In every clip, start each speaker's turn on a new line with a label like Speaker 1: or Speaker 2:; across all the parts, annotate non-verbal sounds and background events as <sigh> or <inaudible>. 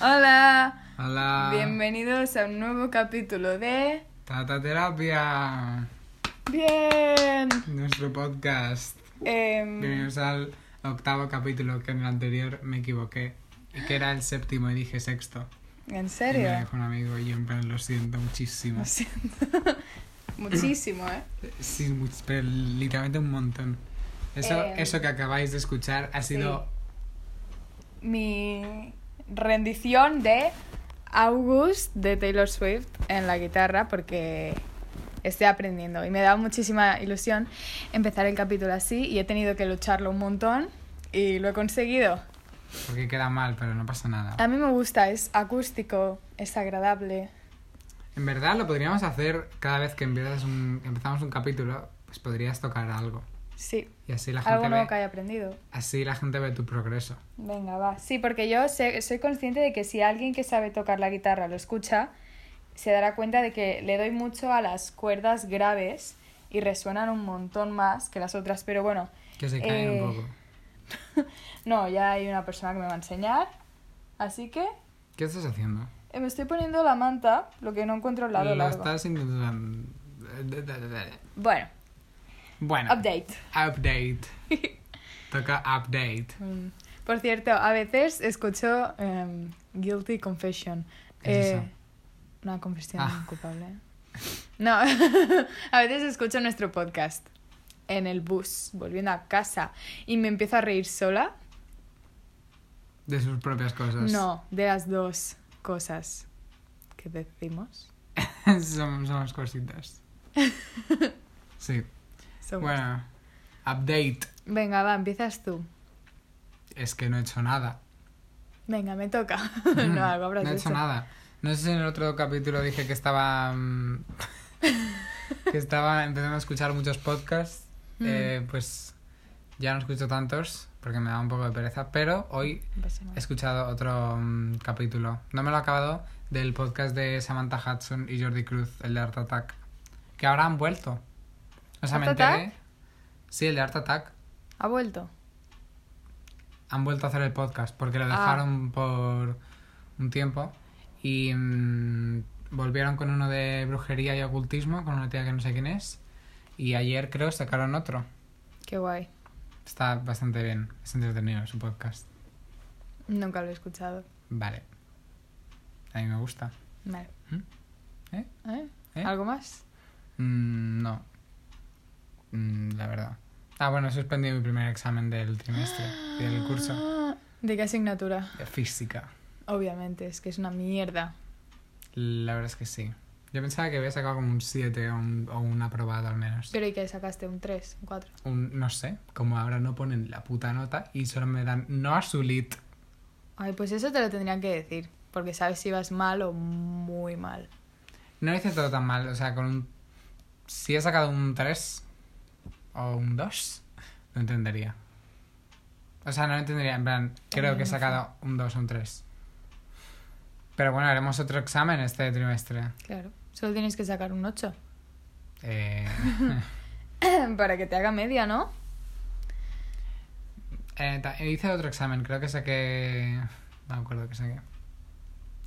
Speaker 1: Hola,
Speaker 2: Hola.
Speaker 1: bienvenidos a un nuevo capítulo de...
Speaker 2: Tata Terapia.
Speaker 1: Bien.
Speaker 2: Nuestro podcast.
Speaker 1: Em,
Speaker 2: Bienvenidos al octavo capítulo, que en el anterior me equivoqué. y Que era el séptimo y dije sexto.
Speaker 1: ¿En
Speaker 2: Y me
Speaker 1: serio?
Speaker 2: dijo un amigo y yo en plan lo siento muchísimo.
Speaker 1: Lo siento. <laughs> Muchísimo, ¿eh?
Speaker 2: Sí, much- pero literalmente un montón. Eso,
Speaker 1: Em,
Speaker 2: eso que acabáis de escuchar ha sido...
Speaker 1: Mi rendición de August de Taylor Swift en la guitarra porque estoy aprendiendo y me da muchísima ilusión empezar el capítulo así y he tenido que lucharlo un montón y lo he conseguido.
Speaker 2: Porque queda mal, pero no pasa nada.
Speaker 1: A mí me gusta, es acústico, es agradable.
Speaker 2: En verdad lo podríamos hacer cada vez que empiezas un, empezamos un capítulo, pues podrías tocar algo.
Speaker 1: Sí,
Speaker 2: Y así la gente
Speaker 1: algo nuevo que
Speaker 2: ve,
Speaker 1: haya aprendido.
Speaker 2: así la gente ve tu progreso.
Speaker 1: Venga, va. Sí, porque yo sé- soy consciente de que si alguien que sabe tocar la guitarra lo escucha, se dará cuenta de que le doy mucho a las cuerdas graves y resuenan un montón más que las otras. Pero bueno,
Speaker 2: Que se caen
Speaker 1: Eh,
Speaker 2: un poco.
Speaker 1: no, ya hay una persona que me va a enseñar. Así que
Speaker 2: ¿Qué estás haciendo?
Speaker 1: eh, me estoy poniendo la manta, lo que no encuentro el lado
Speaker 2: Lo
Speaker 1: largo.
Speaker 2: estás intentando.
Speaker 1: Bueno,
Speaker 2: Bueno.
Speaker 1: update.
Speaker 2: Update.
Speaker 1: <laughs>
Speaker 2: Toca update.
Speaker 1: Mm. Por cierto, a veces escucho em, Guilty Confession.
Speaker 2: ¿Qué es
Speaker 1: Eh,
Speaker 2: eso?
Speaker 1: una confesión
Speaker 2: Ah.
Speaker 1: culpable. No, <laughs> a veces escucho nuestro podcast en el bus, volviendo a casa, y me empiezo a reír sola.
Speaker 2: De sus propias cosas.
Speaker 1: No, de las dos cosas que decimos.
Speaker 2: <laughs> Son, son las
Speaker 1: <laughs>
Speaker 2: cositas. Sí.
Speaker 1: Somos-
Speaker 2: Bueno. Update.
Speaker 1: Venga, va, empiezas tú.
Speaker 2: Es que no he hecho nada.
Speaker 1: Venga, me toca. <laughs> no, algo habrás
Speaker 2: Mm, No he hecho
Speaker 1: hecho.
Speaker 2: nada. No sé si en el otro capítulo dije que estaba. mm, <laughs> que estaba empezando a escuchar muchos podcasts.
Speaker 1: Mm.
Speaker 2: Eh, pues ya no escucho tantos porque me da un poco de pereza. Pero hoy
Speaker 1: No pasa nada.
Speaker 2: He escuchado otro mm, capítulo, no me lo he acabado, del podcast de Samantha Hudson y Jordi Cruz, el de Art Attack, que ahora han vuelto. O sea, me
Speaker 1: ¿Art
Speaker 2: enteré. Sí, el de Art Attack.
Speaker 1: ¿Ha vuelto?
Speaker 2: Han vuelto a hacer el podcast porque lo
Speaker 1: Ah.
Speaker 2: dejaron por un tiempo y mm, volvieron con uno de brujería y ocultismo, con una tía que no sé quién es. Y ayer creo sacaron otro.
Speaker 1: Qué guay.
Speaker 2: Está bastante bien, es entretenido su podcast.
Speaker 1: Nunca lo he escuchado.
Speaker 2: Vale. A mí me gusta.
Speaker 1: Vale.
Speaker 2: ¿Eh?
Speaker 1: ¿Eh?
Speaker 2: ¿Eh?
Speaker 1: ¿Algo más?
Speaker 2: Mm, no. Mm, la verdad. Ah, bueno, he suspendido mi primer examen
Speaker 1: <gasps>
Speaker 2: del trimestre, del curso.
Speaker 1: Ah, ¿De qué asignatura?
Speaker 2: De física.
Speaker 1: Obviamente, es que es una mierda.
Speaker 2: La verdad es que sí. Yo pensaba que había sacado como un 7 o un, o un aprobado al menos.
Speaker 1: Pero ¿y que sacaste? ¿Un 3? ¿Un 4?
Speaker 2: Un, no sé, como ahora no ponen la puta nota y solo me dan no a su lit.
Speaker 1: Ay, pues eso te lo tendrían que decir. Porque sabes si vas mal o muy mal.
Speaker 2: No hice todo tan mal, o sea, con un... Si he sacado un 3 o un 2, lo entendería. O sea, no lo entendería, en plan, creo que he sacado un 2 o un 3. Pero bueno, haremos otro examen este trimestre.
Speaker 1: Claro. Solo tienes que sacar un 8.
Speaker 2: Eh,
Speaker 1: <coughs> Para que te haga media, ¿no?
Speaker 2: eh, ta- hice otro examen, creo que saqué... No me acuerdo que saqué.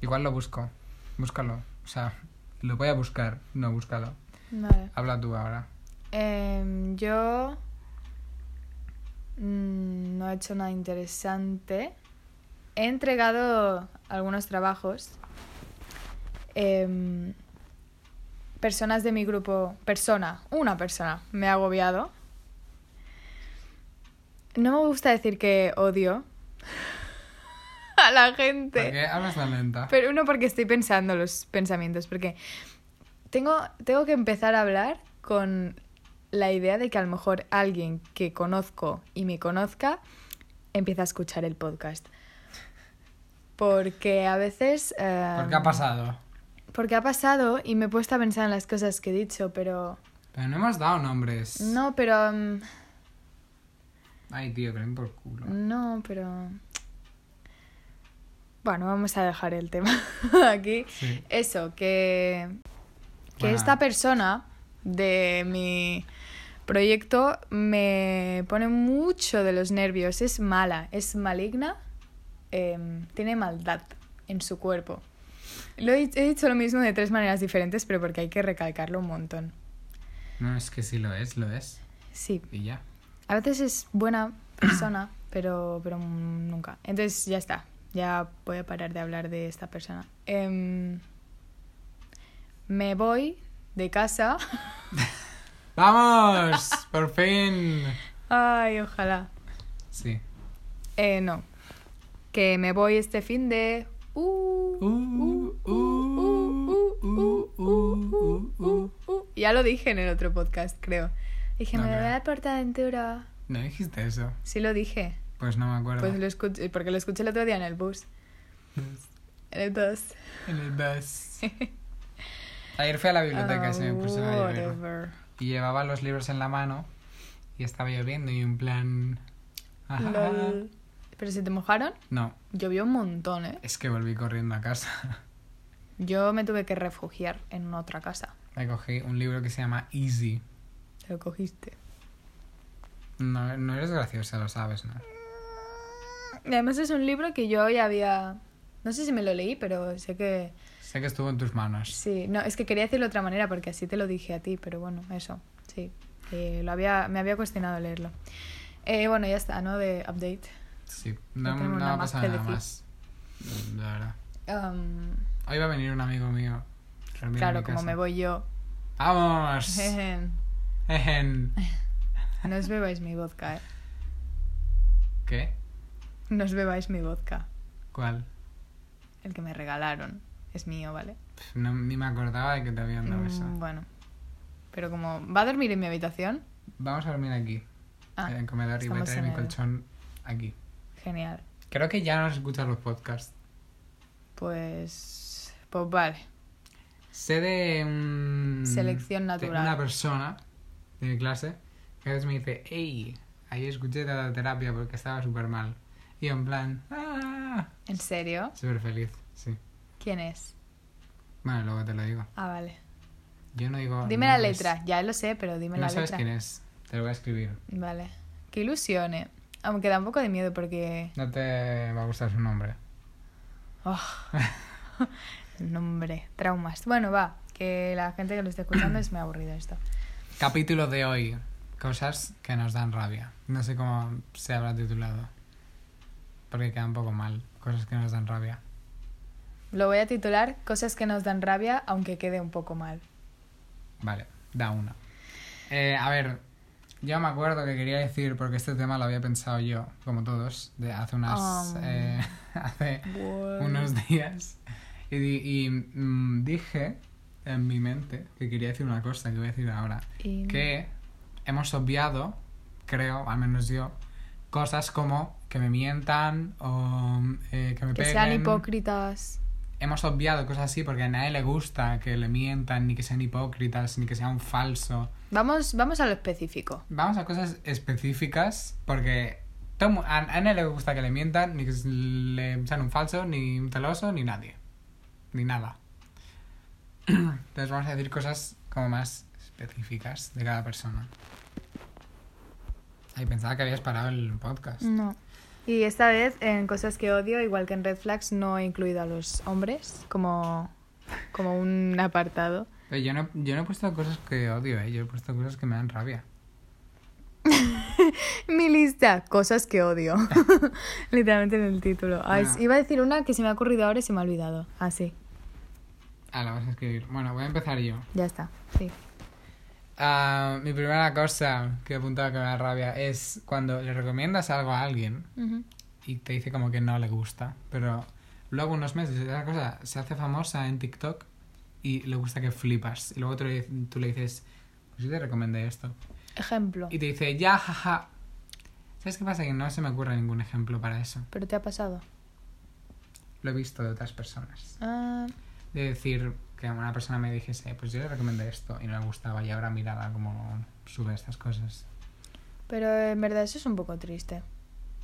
Speaker 2: Igual lo busco, búscalo. O sea, lo voy a buscar, no búscalo.
Speaker 1: Vale.
Speaker 2: Habla tú ahora.
Speaker 1: Em, yo... mm, no he hecho nada interesante. He entregado algunos trabajos. Em, personas de mi grupo... Persona, una persona, me ha agobiado. No me gusta decir que odio <laughs> a la gente.
Speaker 2: ¿Por qué hablas tan lenta?
Speaker 1: Pero uno porque estoy pensando los pensamientos, porque tengo, tengo que empezar a hablar con la idea de que a lo mejor alguien que conozco y me conozca empieza a escuchar el podcast. Porque a veces... eh,
Speaker 2: ¿Por qué ha pasado?
Speaker 1: Porque ha pasado y me he puesto a pensar en las cosas que he dicho, pero...
Speaker 2: Pero no hemos dado nombres.
Speaker 1: No, pero... mm,
Speaker 2: Ay, tío, creen por culo.
Speaker 1: No, pero... Bueno, vamos a dejar el tema <laughs> aquí.
Speaker 2: Sí.
Speaker 1: Eso, que, que
Speaker 2: Bueno.
Speaker 1: esta persona de mi proyecto me pone mucho de los nervios. Es mala, es maligna, em, tiene maldad. en su cuerpo. Lo he, he dicho lo mismo de tres maneras diferentes, pero porque hay que recalcarlo un montón.
Speaker 2: No, es que sí lo es, lo es.
Speaker 1: Sí,
Speaker 2: Y ya.
Speaker 1: a veces es buena persona, <clears throat> pero, pero nunca. Entonces ya está, ya voy a parar de hablar de esta persona. Em, me voy de casa. <laughs>
Speaker 2: ¡Vamos! ¡Por fin!
Speaker 1: Ay, ojalá.
Speaker 2: Sí.
Speaker 1: Eh, no. Que me voy este fin de. Uh, uh, uh, uh, uh, uh, uh, uh, uh. Ya lo dije en el otro podcast, creo. Dije,
Speaker 2: No
Speaker 1: me voy
Speaker 2: creo.
Speaker 1: a Portaventura.
Speaker 2: ¿No dijiste eso?
Speaker 1: Sí lo dije.
Speaker 2: Pues no me acuerdo.
Speaker 1: Pues lo escuché, porque lo escuché el otro día en el bus. En el bus.
Speaker 2: En
Speaker 1: <laughs>
Speaker 2: el bus. Ayer fui a la biblioteca y se me puso
Speaker 1: Ah,
Speaker 2: a llover.
Speaker 1: whatever.
Speaker 2: Y llevaba los libros en la mano y estaba lloviendo y en plan... ajá.
Speaker 1: Lol. Pero se te mojaron,
Speaker 2: No,
Speaker 1: llovió un montón, ¿eh?
Speaker 2: es que volví corriendo a casa.
Speaker 1: Yo me tuve que refugiar en otra casa.
Speaker 2: Me cogí un libro que se llama Easy.
Speaker 1: Te lo cogiste.
Speaker 2: No, no eres graciosa, lo sabes, ¿no?
Speaker 1: Y Además es un libro que yo ya había... No sé si me lo leí, pero sé que...
Speaker 2: Sé que estuvo en tus manos.
Speaker 1: Sí, no, es que quería decirlo de otra manera porque así te lo dije a ti, pero bueno, eso, sí. que lo había, me había cuestionado leerlo. Eh, bueno, ya está, ¿no? De update.
Speaker 2: Sí,
Speaker 1: No
Speaker 2: no, no,
Speaker 1: tengo nada
Speaker 2: ha
Speaker 1: más
Speaker 2: pasado
Speaker 1: que
Speaker 2: nada
Speaker 1: decir.
Speaker 2: más. De verdad.
Speaker 1: Um,
Speaker 2: Hoy va a venir un amigo mío. a dormir a
Speaker 1: claro,
Speaker 2: mi
Speaker 1: como
Speaker 2: casa.
Speaker 1: me voy yo. <laughs>
Speaker 2: ¡Vamos!
Speaker 1: Jejen.
Speaker 2: Ejen.
Speaker 1: no os bebáis mi vodka, ¿eh?
Speaker 2: ¿Qué?
Speaker 1: No os bebáis mi vodka.
Speaker 2: ¿Cuál?
Speaker 1: El que me regalaron. Es mío, ¿vale?
Speaker 2: Pf, no- ni me acordaba de que te habían dado eso.
Speaker 1: Mm, bueno. Pero como... ¿Va a dormir en mi habitación?
Speaker 2: Vamos a dormir aquí,
Speaker 1: Ah,
Speaker 2: en el comedor, y voy a
Speaker 1: estamos
Speaker 2: traer
Speaker 1: en
Speaker 2: mi
Speaker 1: el-
Speaker 2: colchón aquí.
Speaker 1: genial.
Speaker 2: Creo que ya nos escuchan los podcasts.
Speaker 1: Pues... Pues vale.
Speaker 2: Sé de un...
Speaker 1: Selección
Speaker 2: de
Speaker 1: natural.
Speaker 2: una persona de mi clase que a veces me dice, hey, ayer escuché de la terapia porque estaba súper mal. Y yo en plan, "Ah".
Speaker 1: ¿En serio?
Speaker 2: Súper feliz, sí.
Speaker 1: ¿Quién es?
Speaker 2: Bueno, luego te lo digo.
Speaker 1: Ah, vale.
Speaker 2: Yo Ah, no digo...
Speaker 1: Dime la
Speaker 2: nombres.
Speaker 1: letra. Ya lo sé, pero dime
Speaker 2: No
Speaker 1: la
Speaker 2: sabes
Speaker 1: letra.
Speaker 2: quién es. Te lo voy a escribir.
Speaker 1: Vale. Qué ilusión, eh. Aunque da un poco de miedo porque...
Speaker 2: No te va a gustar su nombre. <laughs>
Speaker 1: Nombre, traumas. Bueno, va. Que la gente que lo esté escuchando es muy aburrido esto.
Speaker 2: Capítulo de hoy. Cosas que nos dan rabia. No sé cómo se habrá titulado. Porque queda un poco mal. Cosas que nos dan rabia.
Speaker 1: Lo voy a titular Cosas que nos dan rabia, aunque quede un poco mal.
Speaker 2: Vale, da una. Eh, a ver, yo me acuerdo que quería decir, porque este tema lo había pensado yo, como todos, de hace unas...
Speaker 1: Um.
Speaker 2: eh, <laughs> hace
Speaker 1: Wow.
Speaker 2: unos días. Y, di- y, mm, dije en mi mente que quería decir una cosa que voy a decir ahora.
Speaker 1: Y-
Speaker 2: que hemos obviado, creo, al menos yo, cosas como que me mientan o eh, que me
Speaker 1: que
Speaker 2: peguen.
Speaker 1: sean hipócritas.
Speaker 2: Hemos obviado cosas así porque a nadie le gusta que le mientan, ni que sean hipócritas, ni que sea un falso.
Speaker 1: Vamos, vamos a lo específico.
Speaker 2: Vamos a cosas específicas porque todo mu- a, a nadie le gusta que le mientan, ni que s- le sean un falso, ni un celoso, ni nadie. Ni nada. <clears throat> Entonces vamos a decir cosas como más específicas de cada persona. Ay, pensaba que habías parado el podcast.
Speaker 1: No. Y esta vez en cosas que odio, igual que en Red Flags, no he incluido a los hombres como, como un apartado.
Speaker 2: Pero yo no, yo no he puesto cosas que odio, ¿eh? yo he puesto cosas que me dan rabia.
Speaker 1: Mi lista, cosas que odio. <laughs> Literalmente en el título. Ay,
Speaker 2: Bueno.
Speaker 1: Iba a decir una que se me ha ocurrido ahora y se me ha olvidado. Ah, sí,
Speaker 2: Ah, la vas a escribir. Bueno, voy a empezar yo.
Speaker 1: ya está. Sí.
Speaker 2: Ah, mi primera cosa que he apuntado que me da rabia es cuando le recomiendas algo a alguien y te dice como que no le gusta, pero luego unos meses esa cosa se hace famosa en TikTok y le gusta que flipas. Y luego tú le, tú le dices, pues yo te recomendé esto.
Speaker 1: Ejemplo.
Speaker 2: Y te dice, ya, jaja. ¿Sabes qué pasa? Que no se me ocurre ningún ejemplo para eso.
Speaker 1: ¿Pero te ha pasado?
Speaker 2: Lo he visto de otras personas.
Speaker 1: Ah,
Speaker 2: De decir que una persona me dijese, pues yo le recomendé esto y no le gustaba y ahora mirada como sube estas cosas.
Speaker 1: pero en verdad eso es un poco triste.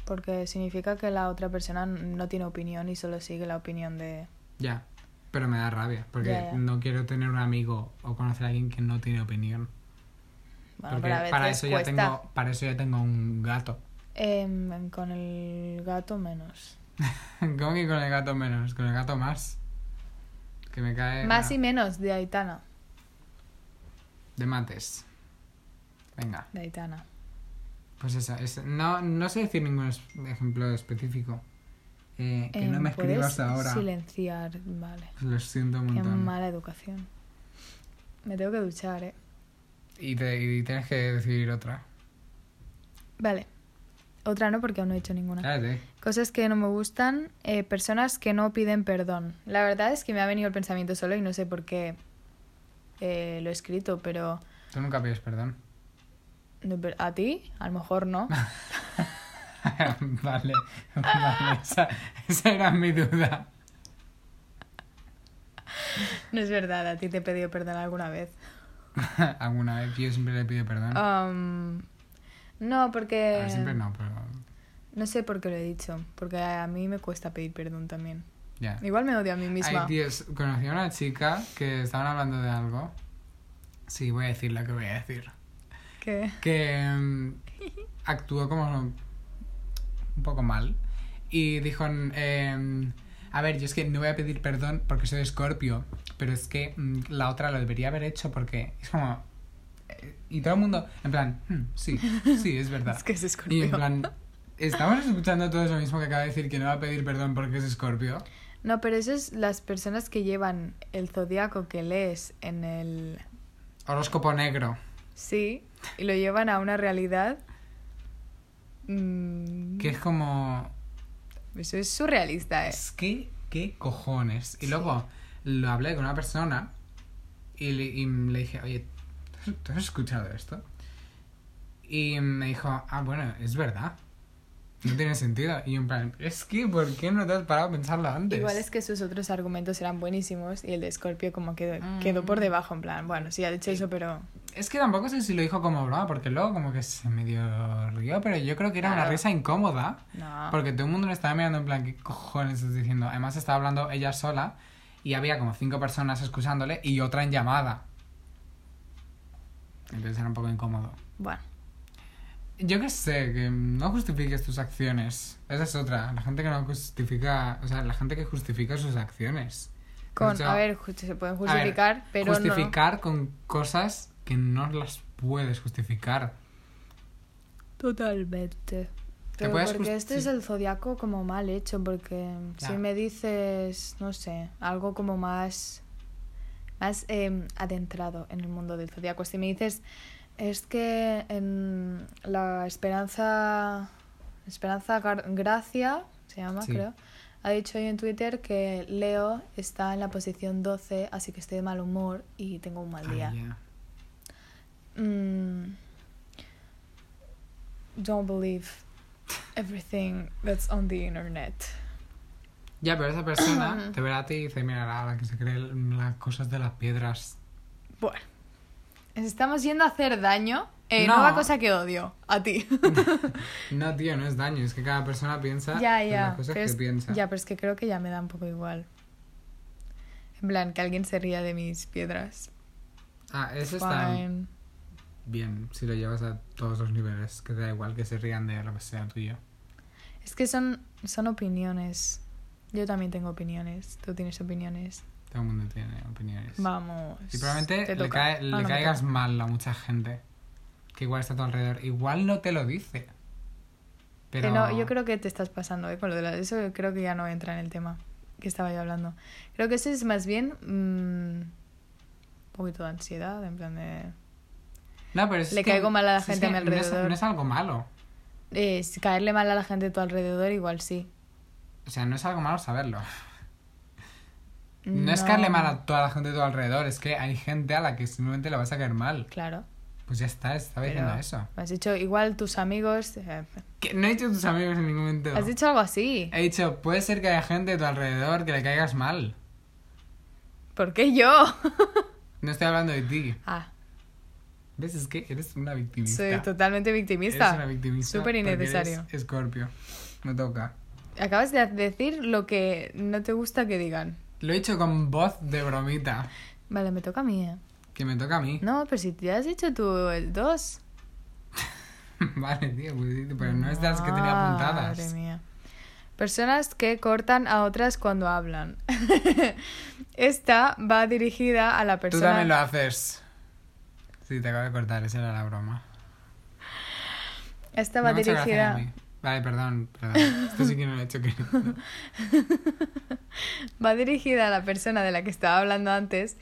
Speaker 1: Porque significa que la otra persona no tiene opinión y solo sigue la opinión de...
Speaker 2: Ya, pero me da rabia, porque
Speaker 1: Ya, ya.
Speaker 2: no quiero tener un amigo o conocer a alguien que no tiene opinión.
Speaker 1: Bueno,
Speaker 2: porque
Speaker 1: pero a veces
Speaker 2: para eso ya
Speaker 1: cuesta.
Speaker 2: tengo, para eso ya tengo un gato.
Speaker 1: Em, con el gato menos.
Speaker 2: <laughs> ¿Cómo que con el gato menos? Con el gato más. Que me cae.
Speaker 1: Más
Speaker 2: una-
Speaker 1: y menos de Aitana.
Speaker 2: De mates. Venga.
Speaker 1: De Aitana.
Speaker 2: Pues esa, esa- No, no sé decir ningún es- ejemplo específico. Eh, que no
Speaker 1: Em,
Speaker 2: me escribas
Speaker 1: ¿puedes
Speaker 2: ahora.
Speaker 1: Silenciar, vale.
Speaker 2: Lo siento un
Speaker 1: Qué
Speaker 2: montón.
Speaker 1: mala educación. Me tengo que duchar, eh.
Speaker 2: Y, te, y tienes que decidir otra.
Speaker 1: Vale. Otra no, porque aún no he hecho ninguna.
Speaker 2: Cállate.
Speaker 1: Cosas que no me gustan, eh, personas que no piden perdón. La verdad es que me ha venido el pensamiento solo y no sé por qué eh, lo he escrito, pero
Speaker 2: Tú nunca pides perdón.
Speaker 1: no, pero a ti, a lo mejor
Speaker 2: <laughs>
Speaker 1: no.
Speaker 2: vale. vale. Esa, esa era mi duda. <laughs>
Speaker 1: No es verdad, a ti te he pedido perdón alguna vez.
Speaker 2: Alguna vez yo siempre le pido perdón.
Speaker 1: Um, no,
Speaker 2: Ah. A
Speaker 1: porque...
Speaker 2: ver, siempre no, pero.
Speaker 1: No sé por qué lo he dicho, porque a mí me cuesta pedir perdón también.
Speaker 2: Ya.
Speaker 1: Igual me odio a mí misma.
Speaker 2: Ay, Dios, conocí a una chica que estaban hablando de algo. Sí, voy a decir lo que voy a decir.
Speaker 1: ¿Qué?
Speaker 2: que mm, actuó como un poco mal y dijo, em, a ver, yo es que no voy a pedir perdón porque soy escorpio, pero es que mm, la otra lo debería haber hecho porque es como... eh, Y todo el mundo, en plan, "Hmm, sí, sí, es verdad.
Speaker 1: <laughs> <laughs> Es que es
Speaker 2: y en
Speaker 1: escorpio.
Speaker 2: plan, ¿estamos escuchando todo eso mismo que acaba de decir que no va a pedir perdón porque es escorpio?
Speaker 1: No, pero eso es las personas que llevan el zodiaco que lees en el
Speaker 2: Horóscopo negro.
Speaker 1: Sí, y lo llevan a una realidad. mm,
Speaker 2: Que es como...
Speaker 1: Eso es surrealista, ¿eh?
Speaker 2: Es que, ¿qué cojones? Y luego lo hablé con una persona y le, y le dije, oye, ¿tú has- ¿tú has escuchado esto? Y me dijo, ah, bueno, es verdad. No tiene sentido. Y yo en plan, es que, ¿por qué no te has parado a pensarlo antes?
Speaker 1: Igual es que sus otros argumentos eran buenísimos y el de Scorpio como quedó,
Speaker 2: Mm.
Speaker 1: quedó por debajo, en plan, bueno, sí, ha dicho eso, pero...
Speaker 2: Es que tampoco sé si lo dijo como broma, porque luego como que se medio rió, pero yo creo que era una
Speaker 1: Claro.
Speaker 2: risa incómoda.
Speaker 1: No.
Speaker 2: Ah. Porque todo el mundo le estaba mirando en plan, ¿qué cojones estás diciendo? Además estaba hablando ella sola y había como cinco personas escuchándole y otra en llamada. Entonces era un poco incómodo.
Speaker 1: Bueno,
Speaker 2: Yo qué sé, que no justifiques tus acciones. Esa es otra. La gente que no justifica, o sea, la gente que justifica sus acciones.
Speaker 1: con,
Speaker 2: Entonces,
Speaker 1: a ver, ju- se pueden
Speaker 2: a ver,
Speaker 1: justificar, pero
Speaker 2: justificar con cosas que no las puedes justificar.
Speaker 1: no... Totalmente.
Speaker 2: Te
Speaker 1: Pero
Speaker 2: puedes
Speaker 1: porque este es
Speaker 2: justi-
Speaker 1: el zodiaco como mal hecho, porque si
Speaker 2: Ya.
Speaker 1: me dices, no sé, algo como más, más eh, adentrado en el mundo del zodiaco, si me dices, es que en la esperanza, esperanza Gar- Gracia, se llama,
Speaker 2: Sí.
Speaker 1: creo, ha dicho hoy en Twitter que Leo está en la posición 12, así que estoy de mal humor y tengo un mal
Speaker 2: Ay,
Speaker 1: día.
Speaker 2: ya.
Speaker 1: Mm. Don't believe everything that's on the internet.
Speaker 2: Ya, pero esa
Speaker 1: <clears throat>
Speaker 2: persona te verá a ti y dice, mira, la, la que se cree las cosas de las piedras.
Speaker 1: Bueno, nos estamos yendo a hacer daño. Eh,
Speaker 2: No.
Speaker 1: Nueva cosa que odio, a
Speaker 2: <laughs>
Speaker 1: ti.
Speaker 2: No, tío, no es daño, es que cada persona piensa
Speaker 1: ya,
Speaker 2: en
Speaker 1: ya.
Speaker 2: las cosas
Speaker 1: pero
Speaker 2: que
Speaker 1: es-
Speaker 2: piensa.
Speaker 1: Ya, pero es que creo que ya me da un poco igual. En plan, que alguien se ría de mis piedras.
Speaker 2: Ah, eso está
Speaker 1: Fine.
Speaker 2: bien, si lo llevas a todos los niveles, que da igual que se rían de lo que sea tuyo.
Speaker 1: Es que son, son opiniones. Yo también tengo opiniones. Tú tienes opiniones.
Speaker 2: Todo el mundo tiene opiniones.
Speaker 1: Vamos.
Speaker 2: y probablemente
Speaker 1: te
Speaker 2: le,
Speaker 1: toca.
Speaker 2: cae-
Speaker 1: Ah,
Speaker 2: le
Speaker 1: no, me
Speaker 2: caigas
Speaker 1: toca.
Speaker 2: mal a mucha gente, que igual está a tu alrededor. Igual no te lo dice. Pero
Speaker 1: Eh, no, yo creo que te estás pasando eh, con lo de la- eso creo que ya no entra en el tema que estaba yo hablando. Creo que eso es más bien mm, un poquito de ansiedad, en plan de...
Speaker 2: No, pero es
Speaker 1: le
Speaker 2: que-
Speaker 1: caigo mal a la
Speaker 2: es que
Speaker 1: gente a mi
Speaker 2: no es-
Speaker 1: alrededor.
Speaker 2: no es algo malo.
Speaker 1: Eh, si caerle mal a la gente de tu alrededor, igual sí.
Speaker 2: O sea, no es algo malo saberlo. No, es caerle mal a toda la gente de tu alrededor, es que hay gente a la que simplemente le vas a caer mal.
Speaker 1: Claro.
Speaker 2: Pues ya está, estaba
Speaker 1: Pero-
Speaker 2: diciendo eso.
Speaker 1: Me has dicho, igual tus amigos... eh,
Speaker 2: Que no he dicho tus amigos en ningún momento.
Speaker 1: has dicho algo así.
Speaker 2: He dicho, puede ser que haya gente de tu alrededor que le caigas mal.
Speaker 1: ¿Por qué yo? <laughs>
Speaker 2: No estoy hablando de ti.
Speaker 1: ah,
Speaker 2: ¿Ves? Es que eres una victimista.
Speaker 1: soy totalmente
Speaker 2: Eres una
Speaker 1: victimista.
Speaker 2: victimista.
Speaker 1: Súper
Speaker 2: porque
Speaker 1: innecesario.
Speaker 2: eres Escorpio. No toca.
Speaker 1: Acabas de decir lo que no te gusta que digan.
Speaker 2: Lo he dicho con voz de bromita.
Speaker 1: Vale, me toca a mí. eh.
Speaker 2: Que me toca a <laughs> mí.
Speaker 1: No, pero si te has dicho tú el 2.
Speaker 2: vale, tío. pues sí, pero no es de las que tenía
Speaker 1: Ah, Madre
Speaker 2: apuntadas.
Speaker 1: mía. Personas que cortan a otras cuando hablan. <laughs> Esta va dirigida a la
Speaker 2: Tú
Speaker 1: persona.
Speaker 2: también lo haces. Sí, te acabo de cortar, esa era la broma.
Speaker 1: Esta va
Speaker 2: No me ha hecho gracia
Speaker 1: dirigida.
Speaker 2: a mí. Vale, perdón, perdón. Esto sí que no lo he hecho que
Speaker 1: <laughs> Va dirigida a la persona de la que estaba hablando antes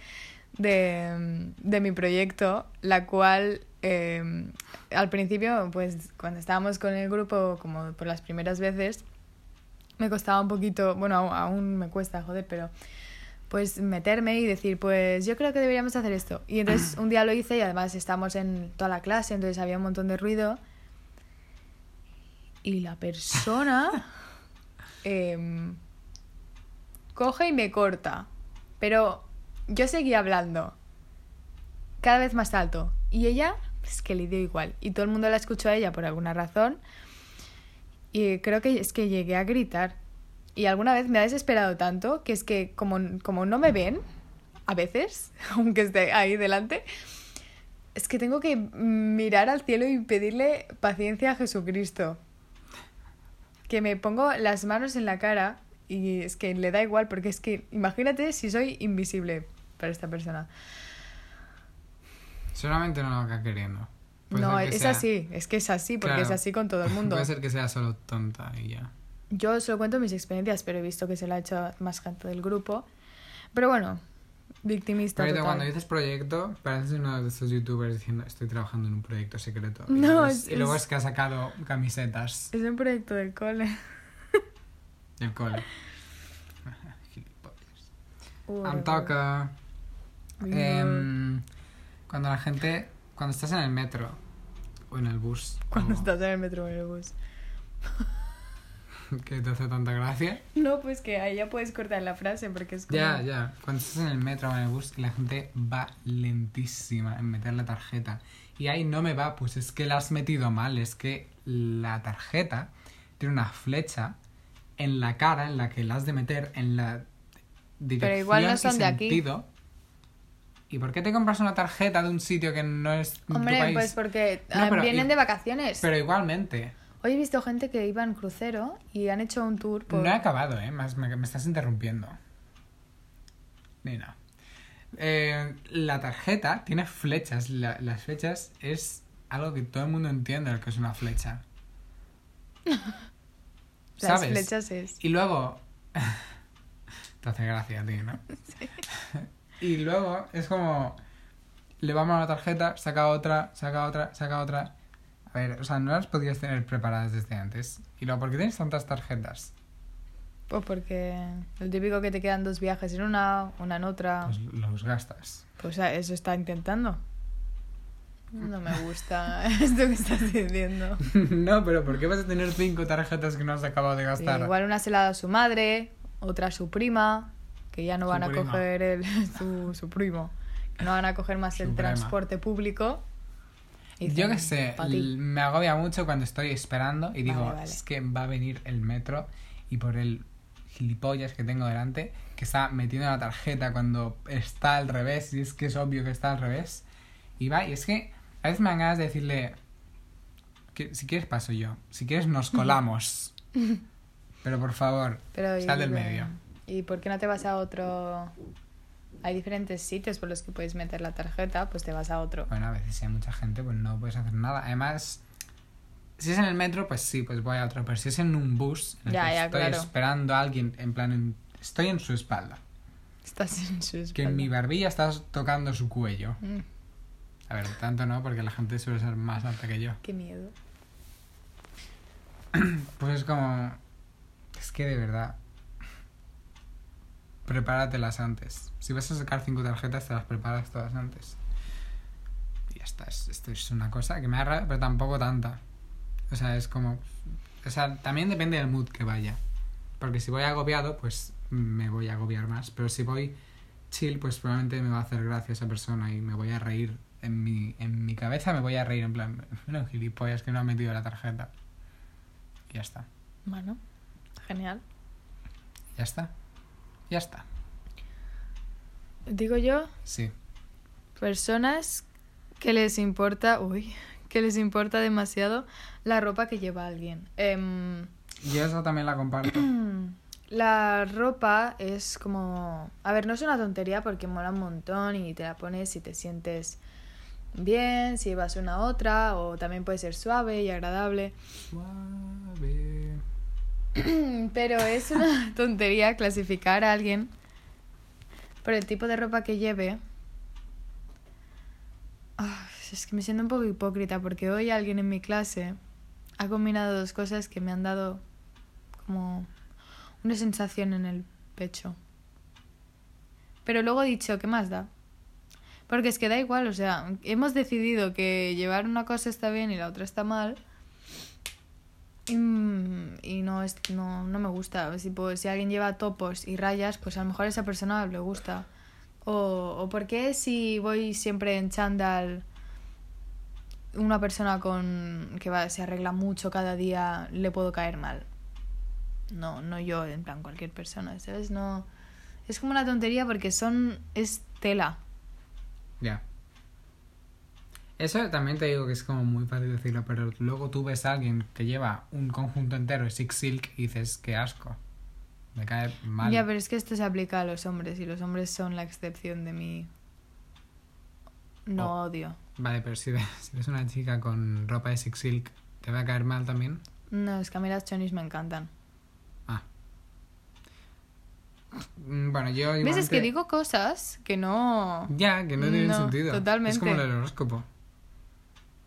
Speaker 1: de, de mi proyecto, la cual eh, al principio, pues cuando estábamos con el grupo, como por las primeras veces, me costaba un poquito, bueno, aún, aún me cuesta, joder, pero pues meterme y decir, pues yo creo que deberíamos hacer esto. Y entonces un día lo hice y además estábamos en toda la clase, entonces había un montón de ruido. Y la persona em, coge y me corta. Pero yo seguía hablando. Cada vez más alto. Y ella, es que le dio igual. Y todo el mundo la escuchó a ella por alguna razón. Y creo que es que llegué a gritar. Y alguna vez me ha desesperado tanto que es que como, como no me ven, a veces, <laughs> aunque esté ahí delante, es que tengo que mirar al cielo y pedirle paciencia a Jesucristo. Que me pongo las manos en la cara y es que le da igual porque es que imagínate si soy invisible para esta persona.
Speaker 2: Solamente no lo haga queriendo. Puede
Speaker 1: no,
Speaker 2: ser Pues que
Speaker 1: es
Speaker 2: sea-
Speaker 1: así, es que es así porque
Speaker 2: Claro.
Speaker 1: es así con
Speaker 2: <laughs>
Speaker 1: todo el mundo.
Speaker 2: Puede ser que sea solo tonta y ya.
Speaker 1: Yo solo cuento mis experiencias, pero he visto que se lo ha hecho a más gente del grupo. Pero bueno, victimista.
Speaker 2: Ahorita
Speaker 1: total.
Speaker 2: cuando dices proyecto, pareces uno de esos youtubers diciendo estoy trabajando en un proyecto secreto. Y
Speaker 1: No,
Speaker 2: luego
Speaker 1: es-
Speaker 2: y luego
Speaker 1: es-
Speaker 2: es que ha sacado camisetas
Speaker 1: Es un proyecto del cole. <laughs>
Speaker 2: del cole. <laughs> Gilipollas.
Speaker 1: Uy,
Speaker 2: I'm Tucker.
Speaker 1: uy, uy.
Speaker 2: Em, cuando la gente, cuando estás en el metro o en el bus,
Speaker 1: Cuando
Speaker 2: o-
Speaker 1: estás en el metro o en el bus.
Speaker 2: <laughs> que te hace tanta gracia.
Speaker 1: No, pues que ahí ya puedes cortar la frase porque es como...
Speaker 2: Ya, ya. Cuando estás en el metro o en el bus, la gente va lentísima en meter la tarjeta. Y ahí no me va, pues es que la has metido mal. Es que la tarjeta tiene una flecha en la cara en la que la has de meter en la dirección
Speaker 1: Pero igual no
Speaker 2: y
Speaker 1: son de aquí.
Speaker 2: sentido. ¿Y por qué te compras una tarjeta de un sitio que no es en tu
Speaker 1: Hombre,
Speaker 2: país?
Speaker 1: pues porque
Speaker 2: No,
Speaker 1: ah,
Speaker 2: pero-
Speaker 1: vienen
Speaker 2: y-
Speaker 1: de vacaciones.
Speaker 2: Pero igualmente.
Speaker 1: Hoy he visto gente que iba en crucero y han hecho un tour por...
Speaker 2: No he acabado, ¿eh? Más me, me estás interrumpiendo. Nina. Eh, la tarjeta tiene flechas. La- las flechas es algo que todo el mundo entiende lo que es
Speaker 1: <laughs>
Speaker 2: una flecha.
Speaker 1: Las
Speaker 2: ¿Sabes?
Speaker 1: flechas es...
Speaker 2: Y luego... <laughs> Te hace gracia a ti,
Speaker 1: <laughs>
Speaker 2: ¿no? <laughs> Y luego es como... Le vamos a la tarjeta, saca otra, saca otra, saca otra. A ver, o sea, no las podías tener preparadas desde antes. Y luego, ¿por qué tienes tantas tarjetas?
Speaker 1: O porque el típico que te quedan dos viajes en una, una en otra.
Speaker 2: Pues los gastas.
Speaker 1: Pues a- eso está intentando. No me gusta <laughs> esto que estás diciendo.
Speaker 2: <laughs> No, pero ¿por qué vas a tener cinco tarjetas que no has acabado de
Speaker 1: Sí,
Speaker 2: gastar?
Speaker 1: igual una se la da a su madre, otra a su prima, que ya no
Speaker 2: Su
Speaker 1: van a
Speaker 2: prima.
Speaker 1: coger el, <laughs> su, su primo, que no van a coger más el
Speaker 2: Su prima.
Speaker 1: transporte público. Y
Speaker 2: Yo
Speaker 1: dicen,
Speaker 2: qué sé,
Speaker 1: "Pa' ti".
Speaker 2: l- me agobia mucho cuando estoy esperando y digo,
Speaker 1: Vale, vale.
Speaker 2: es que va a venir el metro y por el gilipollas que tengo delante, que está metiendo la tarjeta cuando está al revés, y es que es obvio que está al revés, y va, y es que a veces me dan ganas de decirle, que, si quieres paso yo, si quieres
Speaker 1: <laughs>
Speaker 2: nos colamos, pero por favor,
Speaker 1: Pero y
Speaker 2: sal del
Speaker 1: digo,
Speaker 2: medio.
Speaker 1: ¿Y por qué no te vas a otro? Hay diferentes sitios por los que puedes meter la tarjeta, pues te vas a otro.
Speaker 2: Bueno, a veces si hay mucha gente, pues no puedes hacer nada. Además, si es en el metro, pues sí, pues voy a otro. Pero si es en un bus, en el
Speaker 1: Ya,
Speaker 2: que
Speaker 1: ya,
Speaker 2: estoy
Speaker 1: claro.
Speaker 2: esperando a alguien, en plan, en- estoy en su espalda.
Speaker 1: Estás en su
Speaker 2: Que mi
Speaker 1: espalda.
Speaker 2: barbilla está tocando su cuello.
Speaker 1: Mm,
Speaker 2: A ver, tanto no, porque la gente suele ser más alta que yo.
Speaker 1: qué miedo.
Speaker 2: Pues es como... Es que de verdad... Prepáratelas antes. Si vas a sacar cinco tarjetas, te las preparas todas antes. Y ya está. es- esto es una cosa que me da rabia, pero tampoco tanta. O sea, es como... O sea, también depende del mood que vaya. Porque si voy agobiado, pues me voy a agobiar más. Pero si voy chill, pues probablemente me va a hacer gracia esa persona y me voy a reír. En mi, en mi cabeza me voy a reír en plan... <laughs> Bueno, gilipollas que no ha metido la tarjeta. Y ya está.
Speaker 1: Bueno, genial.
Speaker 2: Ya está. Ya está.
Speaker 1: Digo yo,
Speaker 2: Sí.
Speaker 1: personas que les importa, uy, que les importa demasiado la ropa que lleva alguien. Em,
Speaker 2: Yo esa también la comparto.
Speaker 1: La ropa es como... A ver, no es una tontería porque mola un montón y te la pones y te sientes bien, si llevas una a otra, o también puede ser suave y agradable.
Speaker 2: Suave.
Speaker 1: <clears throat> Pero es una <laughs> tontería clasificar a alguien por el tipo de ropa que lleve. Ah, es que me siento un poco hipócrita porque hoy alguien en mi clase ha combinado dos cosas que me han dado como una sensación en el pecho. Pero luego he dicho, ¿qué más da? Porque es que da igual, o sea, hemos decidido que llevar una cosa está bien y la otra está mal. Y, mm, y no, es, no, no me gusta. Si, pues, si alguien lleva topos y rayas, pues a lo mejor a esa persona le gusta. O, o por qué si voy siempre en chándal, una persona con que va, se arregla mucho cada día, le puedo caer mal. No, no yo, en plan cualquier persona, ¿sabes? No. Es como una tontería porque son. es tela.
Speaker 2: Ya. Eso también te digo que es como muy fácil decirlo, pero luego tú ves a alguien que lleva un conjunto entero de Six Silk y dices, qué asco. Me cae mal.
Speaker 1: Ya, pero es que esto se aplica a los hombres y los hombres son la excepción de mi. No odio.
Speaker 2: Vale, pero si ves, si ves una chica con ropa de Six Silk, ¿te va a caer mal también?
Speaker 1: No, es que a mí las chonis me encantan.
Speaker 2: Ah. Mm, Bueno, yo
Speaker 1: ¿Ves? Es
Speaker 2: igualmente-
Speaker 1: que digo cosas que no.
Speaker 2: Ya, que no tiene
Speaker 1: No,
Speaker 2: sentido. Es como
Speaker 1: totalmente.
Speaker 2: el horóscopo.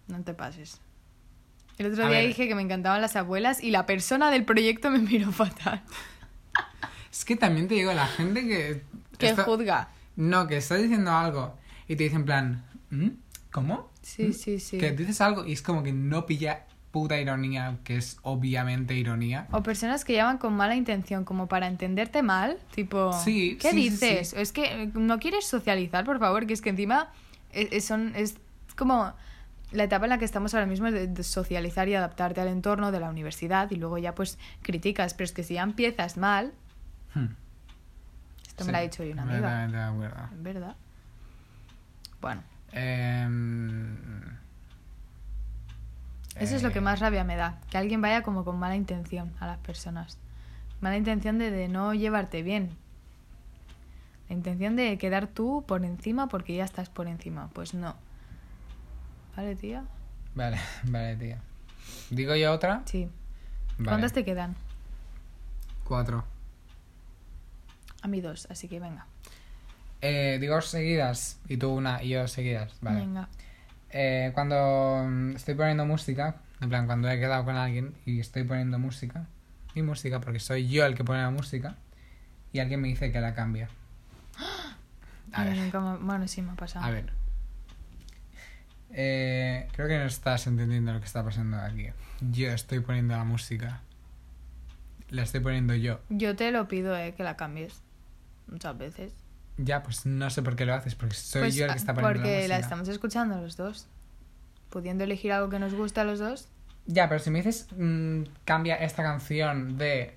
Speaker 1: No te pases. El otro
Speaker 2: A
Speaker 1: día
Speaker 2: ver.
Speaker 1: dije que me encantaban las abuelas y la persona del proyecto me <laughs> miró fatal.
Speaker 2: Es que también te digo, la gente que...
Speaker 1: Que
Speaker 2: está-
Speaker 1: juzga.
Speaker 2: No, que está diciendo algo y te dice en plan, "¿Mm? ¿cómo? ¿Mm?
Speaker 1: Sí, sí, sí.
Speaker 2: Que dices algo y es como que no pilla puta ironía, que es obviamente ironía.
Speaker 1: O personas que llaman con mala intención, como para entenderte mal, tipo,
Speaker 2: Sí,
Speaker 1: ¿qué
Speaker 2: sí, sí,
Speaker 1: dices?
Speaker 2: sí.
Speaker 1: O Es que eh, no quieres socializar, por favor, que es que encima es, es- son, es como la etapa en la que estamos ahora mismo de, de socializar y adaptarte al entorno de la universidad y luego ya pues criticas, pero es que si ya empiezas mal,
Speaker 2: Hmm.
Speaker 1: esto me lo ha
Speaker 2: Sí,
Speaker 1: dicho hoy una amiga,
Speaker 2: completamente de acuerdo.
Speaker 1: ¿verdad? Bueno,
Speaker 2: Em,
Speaker 1: eso es lo
Speaker 2: eh,
Speaker 1: que más rabia me da, que alguien vaya como con mala intención a las personas. Mala intención de, de no llevarte bien. La intención de quedar tú por encima porque ya estás por encima. Pues no. ¿Vale, tía?
Speaker 2: eh, Vale, <laughs> vale, tía. ¿Digo yo otra?
Speaker 1: Sí.
Speaker 2: Vale.
Speaker 1: ¿Cuántas te quedan?
Speaker 2: Cuatro.
Speaker 1: A mí dos, así que venga.
Speaker 2: Eh, digo seguidas, y tú una y yo seguidas, vale.
Speaker 1: Venga.
Speaker 2: Eh, cuando mm, estoy poniendo música, en plan, cuando he quedado con alguien y estoy poniendo música, mi música, porque soy yo el que pone la música, y alguien me dice que la
Speaker 1: <gasps>
Speaker 2: cambia. A
Speaker 1: Ay,
Speaker 2: ver,
Speaker 1: nunca me- Bueno, sí, me ha pasado.
Speaker 2: a ver. Eh, creo que no estás entendiendo lo que está pasando aquí. Yo estoy poniendo la música. La estoy poniendo yo.
Speaker 1: Yo te lo pido, eh, que la cambies. Muchas veces.
Speaker 2: Ya, pues no sé por qué lo haces, porque soy
Speaker 1: Pues,
Speaker 2: yo el
Speaker 1: ah,
Speaker 2: que está poniendo
Speaker 1: Porque
Speaker 2: la
Speaker 1: la
Speaker 2: música.
Speaker 1: estamos escuchando los dos. Pudiendo elegir algo que nos gusta a los dos.
Speaker 2: Ya, pero si me dices, mm, cambia esta canción de,